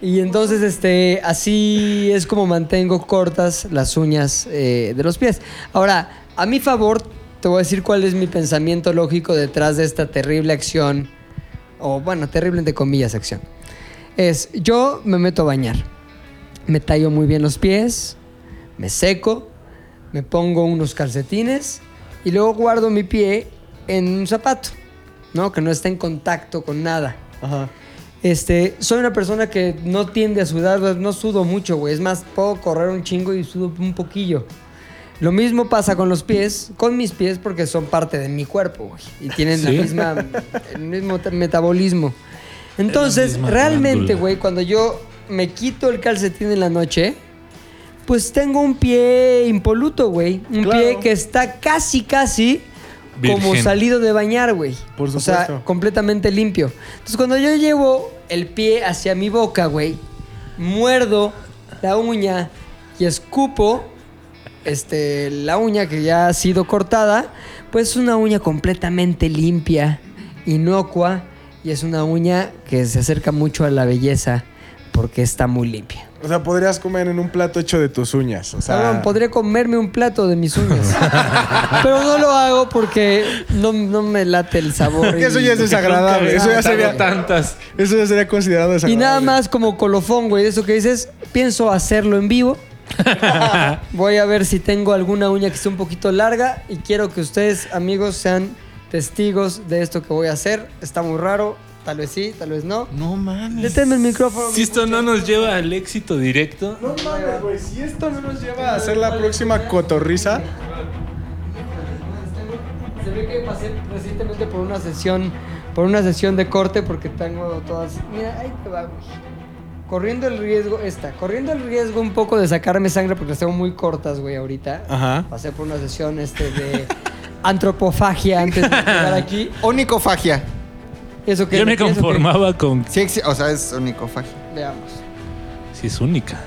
Speaker 1: Y entonces, este, así es como mantengo cortas las uñas eh, de los pies. Ahora, a mi favor, te voy a decir cuál es mi pensamiento lógico detrás de esta terrible acción, o bueno, terrible entre comillas acción. Es, yo me meto a bañar, me tallo muy bien los pies, me seco, me pongo unos calcetines y luego guardo mi pie en un zapato, ¿no? Que no está en contacto con nada. Este, soy una persona que no tiende a sudar, pues, no sudo mucho, güey. Es más, puedo correr un chingo y sudo un poquillo. Lo mismo pasa con los pies, con mis pies, porque son parte de mi cuerpo, güey. Y tienen la
Speaker 5: Sí.
Speaker 1: misma, el mismo te- metabolismo. Entonces,
Speaker 5: misma
Speaker 1: realmente,
Speaker 5: glándula.
Speaker 1: güey, cuando yo me quito el calcetín en la noche, pues tengo un pie impoluto, güey. Un pie que está casi, casi como
Speaker 5: Virgen.
Speaker 1: salido de bañar, güey. Por O sea,
Speaker 5: supuesto.
Speaker 1: completamente limpio. Entonces, cuando yo llevo el pie hacia mi boca, güey, muerdo la uña y escupo este, la uña que ya ha sido cortada, pues es una uña completamente limpia, inocua, y es una uña que se acerca mucho a la belleza porque está muy limpia.
Speaker 4: O sea, podrías comer en un plato hecho de tus uñas. O sea,
Speaker 1: Cabrón, podría comerme un plato de mis
Speaker 4: [LAUGHS]
Speaker 1: uñas. Pero no lo hago porque no, no me late el sabor.
Speaker 4: Porque eso
Speaker 1: y-
Speaker 4: ya es desagradable. Eso ya sería
Speaker 2: tantas.
Speaker 4: Eso ya sería considerado
Speaker 1: Y
Speaker 4: desagradable.
Speaker 1: nada más como colofón, güey, de eso que dices, pienso hacerlo en
Speaker 4: [LAUGHS]
Speaker 1: vivo. Voy a ver si tengo alguna uña que esté un poquito larga y quiero que ustedes, amigos, sean testigos de esto que voy a hacer. Está muy raro, tal vez sí, tal vez no.
Speaker 4: No mames.
Speaker 1: Deténme el micrófono.
Speaker 2: Si esto no nos lleva al éxito directo,
Speaker 4: No mames, güey. Si esto no nos lleva a hacer la próxima cotorriza.
Speaker 1: Se ve que pasé recientemente por una sesión, por una sesión de corte porque tengo todas. Mira, ahí te va, güey. Corriendo el riesgo, esta, corriendo el riesgo un poco de sacarme sangre porque las tengo muy cortas, güey, ahorita.
Speaker 4: Ajá.
Speaker 1: Pasé por una sesión este de [LAUGHS] antropofagia antes de llegar
Speaker 2: [LAUGHS]
Speaker 1: aquí.
Speaker 3: Onicofagia.
Speaker 1: Eso que
Speaker 2: yo me
Speaker 1: eso que-
Speaker 2: conformaba con
Speaker 3: Sí, exi- o sea, es onicofagia.
Speaker 1: Veamos.
Speaker 2: si es única.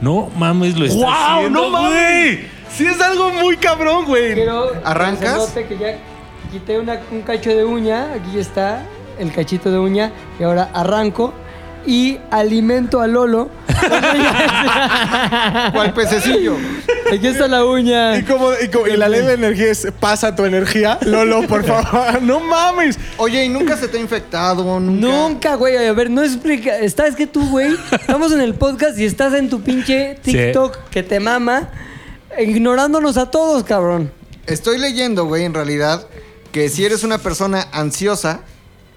Speaker 2: No mames, lo está
Speaker 4: ¡Guau!
Speaker 2: haciendo,
Speaker 4: ¡No mames!
Speaker 2: güey.
Speaker 4: Sí es algo muy cabrón, güey.
Speaker 1: Quiero que
Speaker 3: ¿Arrancas?
Speaker 1: se note que ya quité una- un cacho de uña, aquí está el cachito de uña, y ahora arranco y alimento a
Speaker 2: [LAUGHS]
Speaker 1: Lolo.
Speaker 3: ¿Cuál pececillo?
Speaker 1: Aquí está la uña.
Speaker 4: Y como, y como- y la ley de energía es pasa tu energía, Lolo,
Speaker 1: [LAUGHS]
Speaker 4: por favor. No mames.
Speaker 3: Oye, ¿y nunca se te ha infectado? Nunca.
Speaker 1: Nunca, güey. A ver, no explica. Está, es que tú, güey, estamos en el podcast y estás en tu pinche TikTok que te mama, ignorándonos a todos, cabrón.
Speaker 3: Estoy leyendo, güey, en realidad, que si eres una persona ansiosa,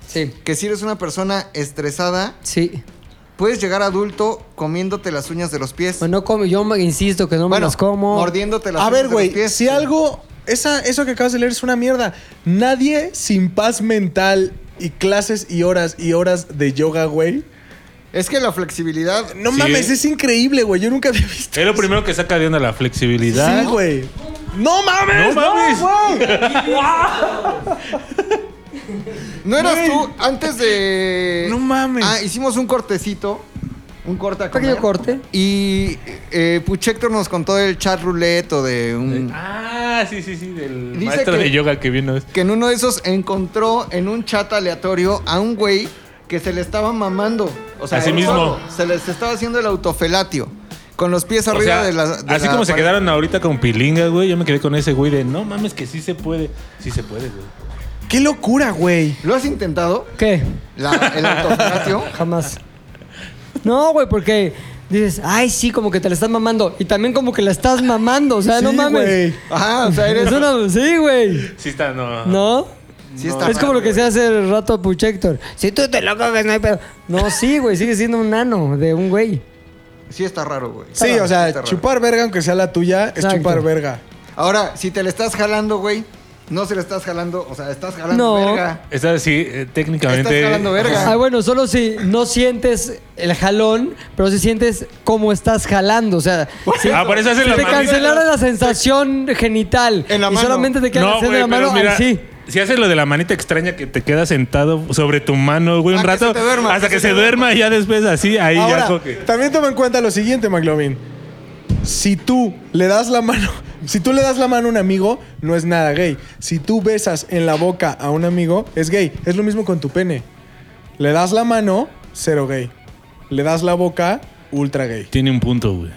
Speaker 1: Sí,
Speaker 3: que si eres una persona estresada,
Speaker 1: sí.
Speaker 3: puedes llegar adulto comiéndote las uñas de los pies.
Speaker 1: Bueno, como, yo me- insisto que no me
Speaker 3: Bueno,
Speaker 1: las como.
Speaker 3: mordiéndote las
Speaker 4: A
Speaker 3: uñas
Speaker 4: ver,
Speaker 3: de los
Speaker 4: güey,
Speaker 3: pies.
Speaker 4: si algo. Esa, eso que acabas de leer es una mierda. Nadie sin paz mental y clases y horas y horas de yoga, güey.
Speaker 3: Es que la flexibilidad.
Speaker 4: No
Speaker 2: Sí.
Speaker 4: mames, es increíble, güey. Yo nunca había visto.
Speaker 2: Es lo primero que saca de onda la flexibilidad.
Speaker 4: Sí, güey. ¡No mames!
Speaker 2: No mames.
Speaker 3: No eras tú antes de.
Speaker 4: No mames.
Speaker 3: Ah, hicimos un cortecito. Un corte a
Speaker 1: Un pequeño
Speaker 3: comer.
Speaker 1: corte.
Speaker 3: Y eh, Puchector nos contó el chat roulette o de un.
Speaker 2: Ah, sí, sí, sí, del
Speaker 3: Dice
Speaker 2: maestro
Speaker 3: que-
Speaker 2: de yoga que vino.
Speaker 3: Que en uno de esos encontró en un chat aleatorio a un güey que se le estaba mamando. O sea,
Speaker 2: Así
Speaker 3: él
Speaker 2: mismo.
Speaker 3: solo. Se les estaba haciendo el autofelatio. Con los pies
Speaker 2: O
Speaker 3: arriba
Speaker 2: sea,
Speaker 3: de la. de
Speaker 2: así
Speaker 3: la
Speaker 2: como se
Speaker 3: pared.
Speaker 2: quedaron ahorita con pilinga, güey, yo me quedé con ese güey de no mames que sí se puede. Sí se puede, güey.
Speaker 4: ¡Qué locura, güey!
Speaker 3: ¿Lo has intentado?
Speaker 1: ¿Qué?
Speaker 3: La- el autofelatio.
Speaker 1: Jamás. No, güey, porque dices, ay, sí, como que te la estás mamando. Y también como que la estás mamando. O sea, no
Speaker 4: Sí,
Speaker 1: mames.
Speaker 4: güey.
Speaker 3: Ajá, o sea, eres.
Speaker 1: Es una- sí, güey.
Speaker 2: Sí está, no.
Speaker 1: ¿No?
Speaker 3: Sí está
Speaker 1: es como
Speaker 3: raro,
Speaker 1: lo que se hace el rato a Puchector. Si tú te lo coges, no hay pedo. No, sí, güey, sigue siendo un nano de un güey.
Speaker 3: Sí está raro, güey.
Speaker 4: Sí, o
Speaker 3: Está
Speaker 4: sea,
Speaker 3: raro.
Speaker 4: chupar verga, aunque sea la tuya, es
Speaker 1: Exacto.
Speaker 4: chupar verga.
Speaker 3: Ahora, si te le estás jalando, güey, no se le estás jalando, o sea, estás jalando
Speaker 1: No.
Speaker 3: verga.
Speaker 2: Está así, eh, técnicamente.
Speaker 3: Estás jalando verga.
Speaker 1: Ah, bueno, solo si no sientes el jalón, pero si sientes cómo estás jalando. O sea, si,
Speaker 2: Ah, por eso hacen
Speaker 1: si
Speaker 2: las
Speaker 1: te
Speaker 2: manitas.
Speaker 1: cancelara la sensación genital
Speaker 3: En la
Speaker 1: y
Speaker 3: mano.
Speaker 1: solamente te quedas
Speaker 2: No,
Speaker 1: haciendo
Speaker 2: güey,
Speaker 1: la mano,
Speaker 2: pero mira,
Speaker 1: ay, sí.
Speaker 2: Si haces lo de la manita extraña que te queda sentado sobre tu mano, güey, un
Speaker 4: Ah, que se
Speaker 2: rato.
Speaker 4: te duerma,
Speaker 2: hasta que, se, duerma, y ya después así, ahí ya
Speaker 4: Ahora,
Speaker 2: como que-
Speaker 4: también toma en cuenta lo siguiente, McLovin. Si tú le das la mano, [LAUGHS] si tú le das la mano a un amigo, no es nada gay. Si tú besas en la boca a un amigo, es gay. Es lo mismo con tu pene. Le das la mano, cero gay. Le das la boca, ultra gay.
Speaker 2: Tiene un punto, güey.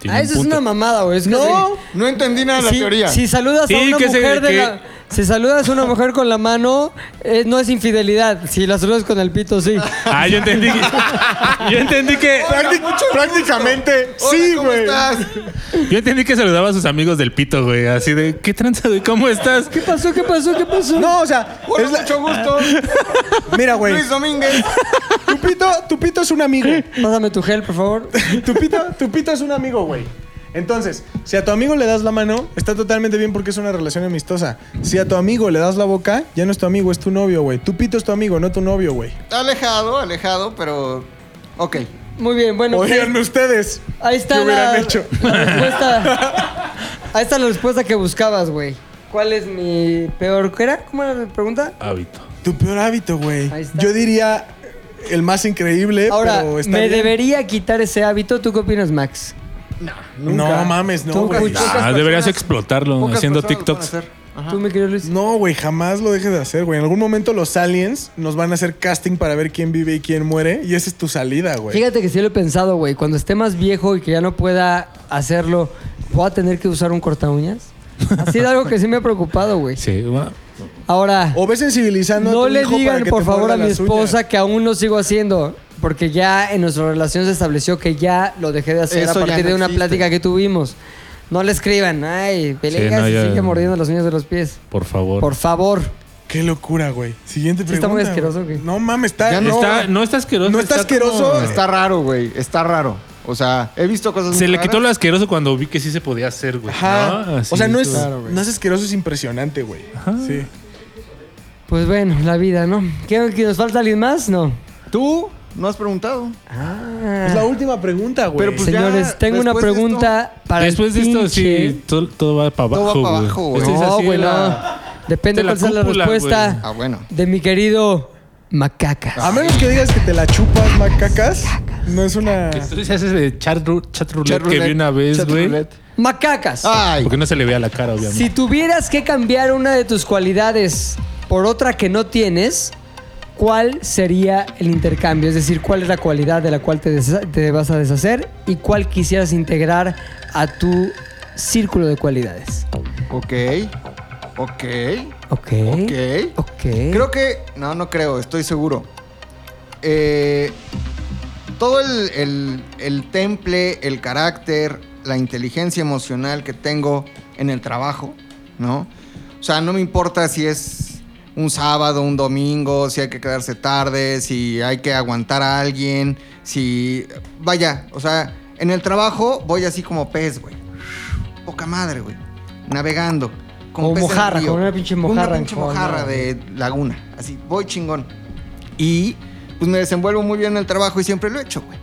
Speaker 2: Tiene
Speaker 1: Ah,
Speaker 2: un
Speaker 1: eso es
Speaker 2: punto.
Speaker 1: una mamada, güey. Es
Speaker 4: No,
Speaker 1: no entendí nada
Speaker 4: de la teoría.
Speaker 1: Si saludas
Speaker 2: Sí,
Speaker 1: a una
Speaker 2: que se-
Speaker 1: mujer de
Speaker 2: que-
Speaker 1: la- Si saludas a una mujer con la mano, eh, no es infidelidad. Si la saludas con el pito, sí.
Speaker 3: [LAUGHS]
Speaker 2: Ah, yo entendí. que- yo entendí que.
Speaker 4: Prácti- prácticamente, sí, güey.
Speaker 2: Yo entendí que saludaba a sus amigos del pito, güey. Así de, ¿qué tranza, güey? ¿Cómo estás?
Speaker 1: ¿Qué pasó? ¿Qué pasó? ¿Qué pasó?
Speaker 4: No, o sea, es la-
Speaker 3: Mucho gusto. [LAUGHS]
Speaker 4: mira, güey.
Speaker 3: Luis Domínguez.
Speaker 4: Tu pito, tu pito es un amigo.
Speaker 1: Pásame tu gel, por favor.
Speaker 4: tu, pito, tu pito es un amigo, güey. Entonces, si a tu amigo le das la mano, está totalmente bien porque es una relación amistosa. Si a tu amigo le das la boca, ya no es tu amigo, es tu novio, güey. Tu pito es tu amigo, no tu novio, güey.
Speaker 3: Alejado, alejado, pero. Ok.
Speaker 1: Muy bien, bueno. pues,
Speaker 4: Oiganme ustedes.
Speaker 1: Ahí está
Speaker 4: ¿Qué hubieran
Speaker 1: la,
Speaker 4: hecho?
Speaker 1: la respuesta. Ahí está la respuesta que buscabas, güey. ¿Cuál es mi peor? ¿Qué era? ¿Cómo era la pregunta?
Speaker 2: Hábito.
Speaker 4: Tu peor hábito, güey.
Speaker 1: Ahí está.
Speaker 4: Yo diría el más increíble,
Speaker 1: Ahora,
Speaker 4: pero
Speaker 1: ¿me
Speaker 4: está bien.
Speaker 1: debería quitar ese hábito? ¿Tú qué opinas, Max?
Speaker 4: No mames, no,
Speaker 1: Tú,
Speaker 4: güey.
Speaker 1: Cucho.
Speaker 2: Ah,
Speaker 3: personas-
Speaker 2: deberías explotarlo
Speaker 3: Pocas
Speaker 2: haciendo
Speaker 3: personas lo van a
Speaker 2: TikToks.
Speaker 3: hacer. Ajá.
Speaker 1: ¿Tú, mi querido Luis?
Speaker 4: No, güey, jamás lo dejes de hacer, güey. En algún momento los aliens nos van a hacer casting para ver quién vive y quién muere. Y esa es tu salida, güey.
Speaker 1: Fíjate que sí lo he pensado, güey. Cuando esté más viejo y que ya no pueda hacerlo, ¿puedo tener que usar un corta uñas? Ha sido algo que sí me ha preocupado, güey.
Speaker 2: Sí, va.
Speaker 1: Ahora,
Speaker 4: O ve sensibilizando a
Speaker 1: no
Speaker 4: tu
Speaker 1: le
Speaker 4: hijo para
Speaker 1: digan,
Speaker 4: que
Speaker 1: por
Speaker 4: te
Speaker 1: favor,
Speaker 4: muerda
Speaker 1: a mi
Speaker 4: las uñas.
Speaker 1: esposa que aún lo sigo haciendo. Porque ya en nuestra relación se estableció que ya lo dejé de hacer
Speaker 3: Eso
Speaker 1: a
Speaker 3: ya
Speaker 1: partir
Speaker 3: no
Speaker 1: de una
Speaker 3: existe.
Speaker 1: plática que tuvimos. No le escriban, ay, peleas
Speaker 2: no,
Speaker 1: y
Speaker 2: ya-
Speaker 1: sigue mordiendo las uñas de los pies.
Speaker 2: Por favor.
Speaker 1: Por favor.
Speaker 4: Qué locura, güey. Siguiente
Speaker 1: Sí,
Speaker 4: pregunta.
Speaker 1: está muy
Speaker 4: güey.
Speaker 1: asqueroso, güey.
Speaker 4: No mames, está.
Speaker 3: Ya
Speaker 2: no,
Speaker 3: no,
Speaker 2: está, no está asqueroso.
Speaker 4: no está asqueroso,
Speaker 2: como-
Speaker 3: Está raro, güey. Está raro. O sea, he visto cosas.
Speaker 2: Se
Speaker 3: muy
Speaker 2: le quitó lo
Speaker 3: raras.
Speaker 2: asqueroso cuando vi que sí se podía hacer, güey.
Speaker 4: Ajá.
Speaker 2: ¿No? Así
Speaker 4: o sea, no es,
Speaker 2: estuvo.
Speaker 4: no es asqueroso, es impresionante, güey. Sí.
Speaker 1: Pues bueno, la vida, ¿no? ¿Qué, que nos falta alguien más? No. Pues,
Speaker 3: Tú no has preguntado.
Speaker 1: Ah.
Speaker 4: Es la última pregunta, güey.
Speaker 3: Pero, Ah. pues, ya,
Speaker 1: Señores, tengo una
Speaker 3: después de esto-
Speaker 1: pregunta para el
Speaker 2: Después de esto,
Speaker 1: pinche-
Speaker 2: sí, todo, todo va para abajo.
Speaker 3: Todo va pa' abajo, güey.
Speaker 2: Esta es
Speaker 1: No,
Speaker 2: así
Speaker 1: güey,
Speaker 2: la-
Speaker 1: no. Depende
Speaker 2: de la
Speaker 1: cuál sea la
Speaker 2: cúpula,
Speaker 1: respuesta
Speaker 2: güey.
Speaker 3: Ah, bueno.
Speaker 1: de mi querido Macacas.
Speaker 4: a menos que digas que te la chupas, macacas, no es una.
Speaker 2: Que Tú se haces de chat, ru- chat roulette
Speaker 3: Chat
Speaker 2: que
Speaker 3: roulette,
Speaker 2: vi una vez,
Speaker 3: chat
Speaker 2: güey.
Speaker 3: roulette.
Speaker 1: Macacas.
Speaker 3: Ay.
Speaker 2: Porque no se le veía la cara, obviamente.
Speaker 1: Si tuvieras que cambiar una de tus cualidades por otra que no tienes, ¿cuál sería el intercambio? Es decir, ¿cuál es la cualidad de la cual te, desha- te vas a deshacer y cuál quisieras integrar a tu círculo de cualidades?
Speaker 3: Ok. Ok.
Speaker 1: Ok.
Speaker 3: Ok.
Speaker 1: Ok.
Speaker 3: Creo que. No, no creo, estoy seguro. Eh, todo el, el- el temple, el carácter, la inteligencia emocional que tengo en el trabajo, ¿no? O sea, no me importa si es un sábado, un domingo, si hay que quedarse tarde, si hay que aguantar a alguien, si. Vaya, o sea, en el trabajo voy así como pez, güey. Poca madre, güey. Navegando.
Speaker 1: Como
Speaker 3: pez en el
Speaker 1: mojarra,
Speaker 3: río.
Speaker 1: como una pinche
Speaker 3: Como
Speaker 1: mojarra
Speaker 3: Una
Speaker 1: en
Speaker 3: pinche
Speaker 1: Juan,
Speaker 3: mojarra
Speaker 1: ¿no?
Speaker 3: de laguna. Así, voy chingón. Y pues me desenvuelvo muy bien en el trabajo y siempre lo he hecho, güey.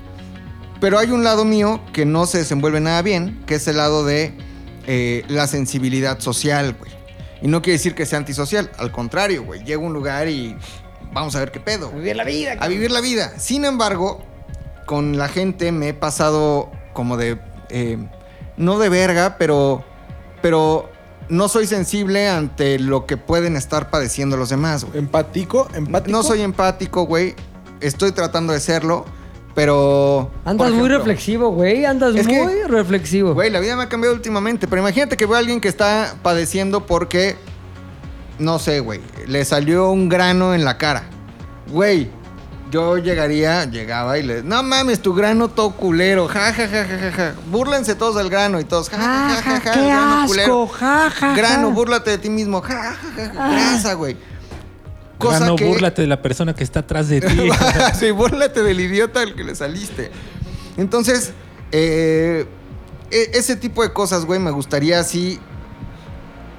Speaker 3: Pero hay un lado mío que no se desenvuelve nada bien, que es el lado de eh, la sensibilidad social, güey. Y no quiere decir que sea antisocial, al contrario, güey. Llego a un lugar y vamos a ver qué pedo. güey.
Speaker 1: Vivir la vida.
Speaker 3: A vivir la vida. Sin embargo, con la gente me he pasado como de. eh, no de verga, pero. Pero no soy sensible ante lo que pueden estar padeciendo los demás, güey.
Speaker 4: Empático, empático.
Speaker 3: No soy empático, güey. Estoy tratando de serlo, pero.
Speaker 1: Andas
Speaker 3: por
Speaker 1: muy
Speaker 3: ejemplo,
Speaker 1: reflexivo, güey. Andas
Speaker 3: Es que-
Speaker 1: muy reflexivo.
Speaker 3: Güey, la vida me ha cambiado últimamente, pero imagínate que veo a alguien que está padeciendo porque, no sé, güey, le salió un grano en la cara. Güey, yo llegaría, llegaba y le, no mames, tu grano todo culero, ja, ja, ja, ja, ja, ja. Búrlense todos del grano y todos, ja, ja, ja, ja, ja, el
Speaker 1: ¡Qué
Speaker 3: grano
Speaker 1: asco!
Speaker 3: culero.
Speaker 1: ¡Ja, ja, ja!
Speaker 3: Grano, búrlate de ti mismo, ja, ja, ja, ja, grasa, güey. Cosa
Speaker 2: no,
Speaker 3: que...
Speaker 2: búrlate de la persona que está atrás de
Speaker 3: [LAUGHS]
Speaker 2: ti. [LAUGHS]
Speaker 3: Ah, sí, búrlate del idiota al que le saliste. Entonces, eh, e- ese tipo de cosas, güey, me gustaría así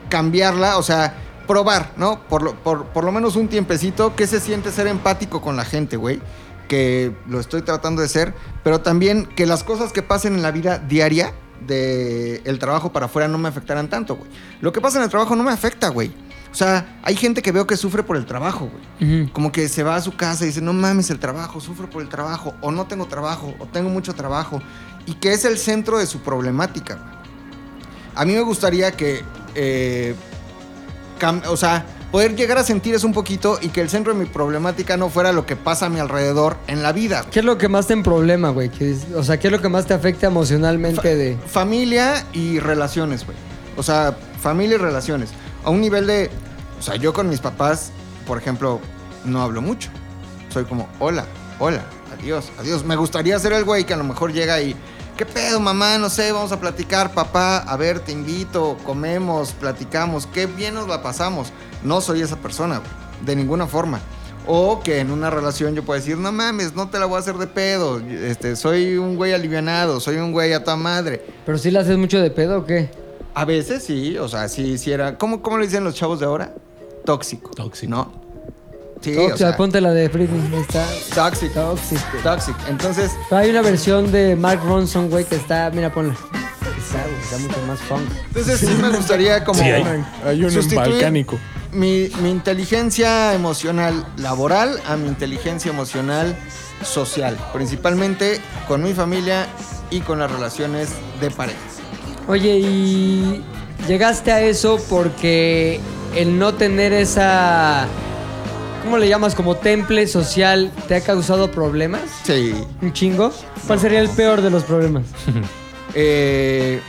Speaker 3: cambiarla, o sea, probar, ¿no? Por lo, por, por lo menos un tiempecito, que se siente ser empático con la gente, güey? Que lo estoy tratando de ser, pero también que las cosas que pasen en la vida diaria del el trabajo para afuera no me afectaran tanto, güey. Lo que pasa en el trabajo no me afecta, güey. O sea, hay gente que veo que sufre por el trabajo, güey. Como que se va a su casa y dice, no mames, el trabajo, sufro por el trabajo, o no tengo trabajo, o tengo mucho trabajo, y que es el centro de su problemática, güey. A mí me gustaría que, eh, cam- o sea, poder llegar a sentir eso un poquito y que el centro de mi problemática no fuera lo que pasa a mi alrededor en la vida.
Speaker 1: ¿Qué es lo que más te en problema, güey? ¿Qué es- O sea, ¿qué es lo que más te afecta emocionalmente de...?
Speaker 3: Familia y relaciones, güey. O sea, familia y relaciones. A un nivel de. O sea, yo con mis papás, por ejemplo, no hablo mucho. Soy como, hola, hola, adiós, adiós. Me gustaría ser el güey que a lo mejor llega y. ¿Qué pedo, mamá? No sé, vamos a platicar, papá. A ver, te invito, comemos, platicamos. Qué bien nos la pasamos. No soy esa persona, güey, de ninguna forma. O que en una relación yo pueda decir, no mames, no te la voy a hacer de pedo. Este, soy un güey alivianado, soy un güey a tu madre.
Speaker 1: ¿Pero sí la haces mucho de pedo o qué?
Speaker 3: A veces sí, o sea, sí, sí era. ¿Cómo, cómo le dicen los chavos de ahora? Tóxico. Tóxico. ¿No? Sí,
Speaker 1: Tóxica,
Speaker 3: o sea,
Speaker 1: ponte la de Britney, ahí está.
Speaker 3: tóxico. Tóxico. Tóxico. Entonces,
Speaker 1: Hay una versión de Mark Ronson, güey, que está... Mira, ponla. Está, güey, está mucho más funk.
Speaker 3: entonces sí me gustaría como.
Speaker 2: Sí, hay-
Speaker 4: hay uno en
Speaker 3: sustituir
Speaker 4: balcánico.
Speaker 3: Mi, mi inteligencia emocional laboral a mi inteligencia emocional social. Principalmente con mi familia y con las relaciones de pareja.
Speaker 1: Oye, y llegaste a eso porque el no tener esa, ¿cómo le llamas? Como temple social, ¿te ha causado problemas?
Speaker 3: Sí.
Speaker 1: ¿Un chingo? ¿Cuál sería el peor de los problemas?
Speaker 3: Eh,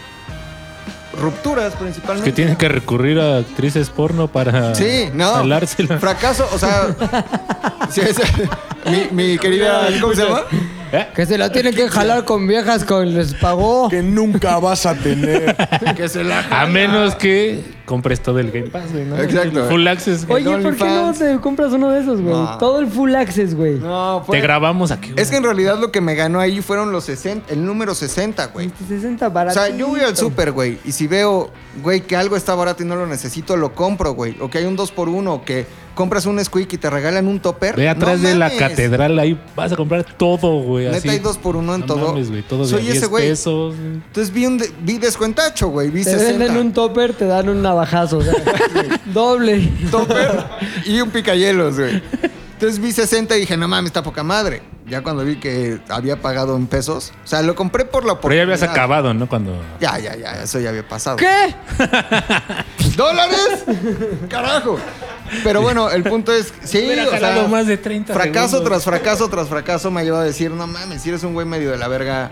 Speaker 3: rupturas principalmente.
Speaker 2: Que tienen que recurrir a actrices porno para
Speaker 3: Sí, no.
Speaker 2: jalársela. [LAUGHS]
Speaker 3: Fracaso, o sea. sí, es- mi, mi querida. ¿Cómo se llama?
Speaker 2: ¿Eh?
Speaker 1: Que se la tienen que jalar con viejas con les pagó.
Speaker 4: Que nunca vas
Speaker 3: [LAUGHS]
Speaker 4: a tener.
Speaker 3: Que se la.
Speaker 2: A menos que compres todo el Game Pass, güey, ¿no?
Speaker 3: Exacto.
Speaker 2: Full Access.
Speaker 1: Oye, ¿por qué no
Speaker 3: OnlyFans.
Speaker 1: te compras uno de esos, güey?
Speaker 3: No.
Speaker 1: Todo el full access, güey.
Speaker 3: No,
Speaker 2: Te
Speaker 3: fue-
Speaker 2: grabamos aquí. güey.
Speaker 3: Es que en realidad lo que me ganó ahí fueron los 60, el número 60, güey.
Speaker 1: 60
Speaker 3: O
Speaker 1: barato.
Speaker 3: sea, yo voy al súper, güey, y si veo, güey, que algo está barato y no lo necesito, lo compro, güey. O que hay un 2x1, que compras un squeak y te regalan un topper.
Speaker 2: Ve atrás
Speaker 3: Eh, ¡No
Speaker 2: de la
Speaker 3: mames!
Speaker 2: catedral, ahí vas a comprar todo, güey.
Speaker 3: Neta,
Speaker 2: así.
Speaker 3: hay 2x1 en
Speaker 2: No
Speaker 3: todo.
Speaker 2: mames, güey, todo de
Speaker 3: Soy
Speaker 2: 10
Speaker 3: ese güey.
Speaker 2: pesos.
Speaker 3: Entonces vi, un de- vi descuentacho, güey. Vi
Speaker 1: Te
Speaker 3: 60.
Speaker 1: venden un topper, te dan un navajazo. o
Speaker 3: [LAUGHS]
Speaker 1: sea, [LAUGHS] doble.
Speaker 3: topper y un picayelos, güey. Entonces vi 60 y dije, no mames, está poca madre. Ya cuando vi que había pagado en pesos. O sea, lo compré por la
Speaker 2: Pero ya habías
Speaker 3: oportunidad.
Speaker 2: acabado, ¿no? Cuando.
Speaker 3: Ya, ya, ya, eso ya había pasado.
Speaker 1: ¿Qué?
Speaker 3: ¿Dólares? Carajo. Pero bueno, el punto es, sí,
Speaker 2: Hubiera
Speaker 3: o sea,
Speaker 2: jalado más de 30
Speaker 3: fracaso
Speaker 2: segundos.
Speaker 3: tras fracaso tras fracaso me ha llevado a decir, no mames, si eres un güey medio de la verga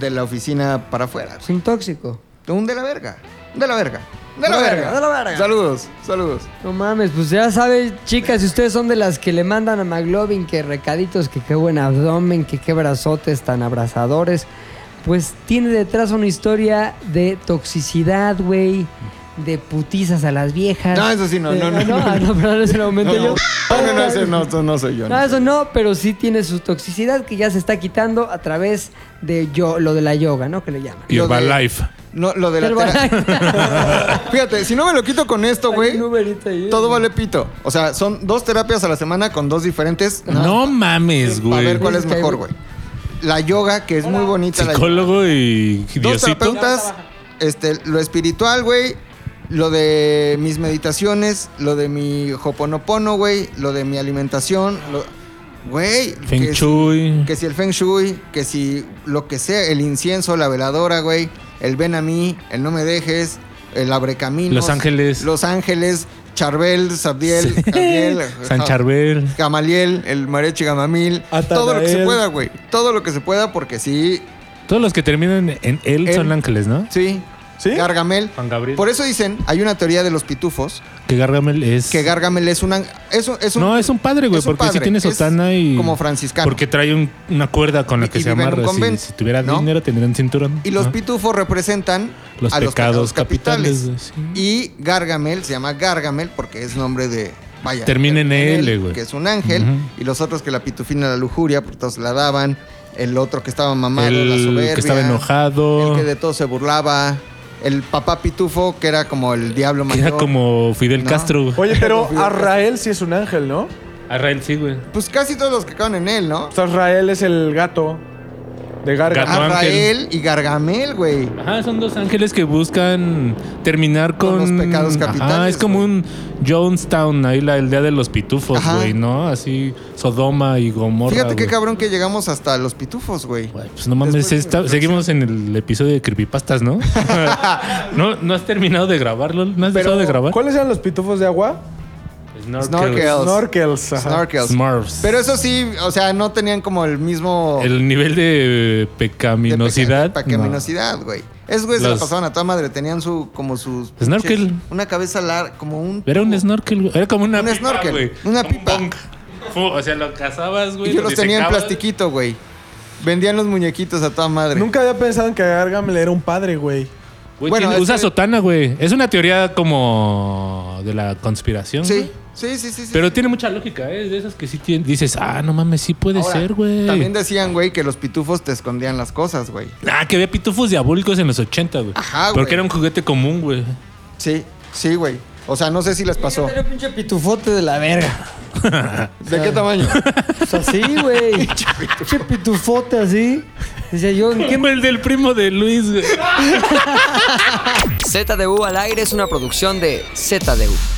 Speaker 3: de la oficina para afuera.
Speaker 1: Es un tóxico.
Speaker 3: Un de la verga, de la verga, de la verga,
Speaker 1: de la verga.
Speaker 3: Saludos, saludos.
Speaker 1: No mames, pues ya sabes, chicas, si ustedes son de las que le mandan a McLovin que recaditos, que qué buen abdomen, que qué brazotes tan abrazadores, pues tiene detrás una historia de toxicidad, güey, de putizas a las viejas.
Speaker 3: No, eso sí, no,
Speaker 1: De-
Speaker 3: no, no,
Speaker 1: ah,
Speaker 3: no,
Speaker 1: ah, [LAUGHS] no, perdón, ese lo
Speaker 3: No,
Speaker 1: aumenté
Speaker 3: no,
Speaker 1: yo.
Speaker 3: no, no, ese no, no, no soy yo.
Speaker 1: No, eso no, pero sí tiene su toxicidad que ya se está quitando a través de yo, lo de la yoga, ¿no? Que le llaman.
Speaker 2: Y
Speaker 3: Lo de-
Speaker 2: Herbalife.
Speaker 3: No, lo de la
Speaker 1: El
Speaker 3: tera-
Speaker 1: Herbalife.
Speaker 3: [LAUGHS] Fíjate, si no me lo quito con esto, güey,
Speaker 1: Hay un Uberito ahí.
Speaker 3: todo vale pito. O sea, son dos terapias a la semana con dos diferentes.
Speaker 2: No, mames,
Speaker 3: A
Speaker 2: güey.
Speaker 3: ver cuál es
Speaker 1: Dices que hay-
Speaker 3: mejor, güey. La yoga, que es muy bonita. la yoga.
Speaker 2: Psicólogo y
Speaker 3: Dos
Speaker 2: Diosito.
Speaker 3: terapeutas, este, lo espiritual, güey. Lo de mis meditaciones, lo de mi hoponopono, güey. Lo de mi alimentación, lo- güey.
Speaker 2: Feng
Speaker 3: que si-
Speaker 2: Shui.
Speaker 3: Que si el feng shui, que si lo que sea, el incienso, la veladora, güey. El ven a mí, el no me dejes, el abre caminos.
Speaker 2: Los Ángeles.
Speaker 3: Los Ángeles, Charbel, Sabdiel,
Speaker 2: [LAUGHS] San Charbel.
Speaker 3: Gamaliel, el Marechi Gamamil,
Speaker 4: Atanael.
Speaker 3: todo lo que se pueda, güey. Todo lo que se pueda, porque sí,
Speaker 2: Todos los que terminan en él son
Speaker 3: Él.
Speaker 2: ángeles, ¿no?
Speaker 3: sí.
Speaker 4: ¿Sí?
Speaker 3: Gargamel.
Speaker 2: Juan Gabriel.
Speaker 3: Por eso dicen, hay una teoría de los pitufos,
Speaker 2: Que Gargamel es.
Speaker 3: que Gargamel es un... ángel- Es, un- es un
Speaker 2: no, es un padre, güey,
Speaker 3: es un
Speaker 2: porque si
Speaker 3: padre,
Speaker 2: tiene
Speaker 3: es
Speaker 2: sotana y.
Speaker 3: Como franciscano.
Speaker 2: Porque trae un- una cuerda con la
Speaker 3: Y-
Speaker 2: que
Speaker 3: y
Speaker 2: se
Speaker 3: vive en un
Speaker 2: amarra. Si-
Speaker 3: convento,
Speaker 2: si, tuviera
Speaker 3: ¿no?
Speaker 2: dinero, tendría un cinturón.
Speaker 3: Y los
Speaker 2: Ajá.
Speaker 3: pitufos representan
Speaker 2: Los
Speaker 3: a los
Speaker 2: pecados
Speaker 3: pecados
Speaker 2: capitales,
Speaker 3: capitales.
Speaker 2: güey,
Speaker 3: Y Gargamel se llama Gargamel porque es nombre de. Vaya.
Speaker 2: Termina en
Speaker 3: termina en
Speaker 2: L, güey.
Speaker 3: Que es un ángel.
Speaker 2: Ujú.
Speaker 3: Y los otros que la pitufina la lujuria, porque todos la daban. El otro que estaba mamado, la
Speaker 2: El
Speaker 3: soberbia.
Speaker 2: que estaba enojado.
Speaker 3: El que
Speaker 2: Que,
Speaker 3: de todo se burlaba. El papá pitufo, que era como el diablo mayor.
Speaker 2: era como Fidel
Speaker 3: No.
Speaker 2: Castro, güey.
Speaker 4: Oye, pero Arrael sí es un ángel, ¿no?
Speaker 2: A Rael sí, güey.
Speaker 3: Pues casi todos los que acaban en él, ¿no?
Speaker 4: O sea, Arrael es el gato. De Garga.
Speaker 2: Gato Ángel.
Speaker 3: Rafael y Gargamel, güey.
Speaker 2: Ajá, son dos ángeles que buscan terminar con.
Speaker 3: Con los pecados capitales,
Speaker 2: Ajá, es como un Jonestown, ahí la aldea de los pitufos,
Speaker 3: Ajá.
Speaker 2: güey, ¿no? Así, Sodoma y Gomorra.
Speaker 3: Fíjate qué
Speaker 2: güey.
Speaker 3: cabrón que llegamos hasta los pitufos, güey.
Speaker 2: Güey, Pues no mames, esta- seguimos en el episodio de Creepypastas,
Speaker 3: [LAUGHS]
Speaker 2: ¿no? ¿no? ¿No has terminado de grabarlo? ¿No has dejado de grabar?
Speaker 4: ¿Cuáles eran los pitufos de agua?
Speaker 3: Snorkels.
Speaker 4: Snorkels. ajá.
Speaker 3: Snorkels.
Speaker 2: Smurfs.
Speaker 3: Pero eso sí, o sea, no tenían como el mismo.
Speaker 2: El nivel de
Speaker 3: de
Speaker 2: pecaminosidad.
Speaker 3: peca- Pecaminosidad, güey. Esos güeyes se la
Speaker 2: Los-
Speaker 3: pasaban a toda madre. Tenían su, como sus.
Speaker 2: Snorkel.
Speaker 3: pinches- Una cabeza larga, como un.
Speaker 2: no. Era un snorkel, güey. Era como una.
Speaker 3: Un
Speaker 2: pipa,
Speaker 3: snorkel,
Speaker 2: güey.
Speaker 3: una
Speaker 2: Como
Speaker 3: pipa.
Speaker 2: bong. Fu, O sea, lo cazabas, güey.
Speaker 3: Y yo los tenía en
Speaker 2: disecabas.
Speaker 3: plastiquito, güey. Vendían los muñequitos a toda madre.
Speaker 4: Nunca había pensado en que Gargamel era un padre, güey.
Speaker 2: Güey,
Speaker 3: Bueno,
Speaker 2: tiene- usa
Speaker 3: ese-
Speaker 2: sotana, güey. Es una teoría como de la conspiración.
Speaker 3: Sí,
Speaker 2: güey.
Speaker 3: sí, sí, sí. sí.
Speaker 2: Pero tiene mucha lógica, ¿eh? De esas que sí tien- dices, ah, no mames, sí puede
Speaker 3: Ahora,
Speaker 2: ser, güey.
Speaker 3: También decían, güey, que los pitufos te escondían las cosas, güey.
Speaker 2: Ah, que había pitufos diabólicos en los 80, güey.
Speaker 3: Ajá, güey.
Speaker 2: Porque era un juguete común, güey.
Speaker 3: Sí, sí, güey. O sea, no sé si les pasó.
Speaker 1: Era un pinche pitufote de la verga.
Speaker 3: ¿De qué tamaño?
Speaker 1: Pues así,
Speaker 3: [LAUGHS]
Speaker 1: güey. pinche pitufote así. Decía yo, ¿en qué
Speaker 2: Como el del primo de Luis, güey.
Speaker 5: ZDU al aire es una producción de ZDU.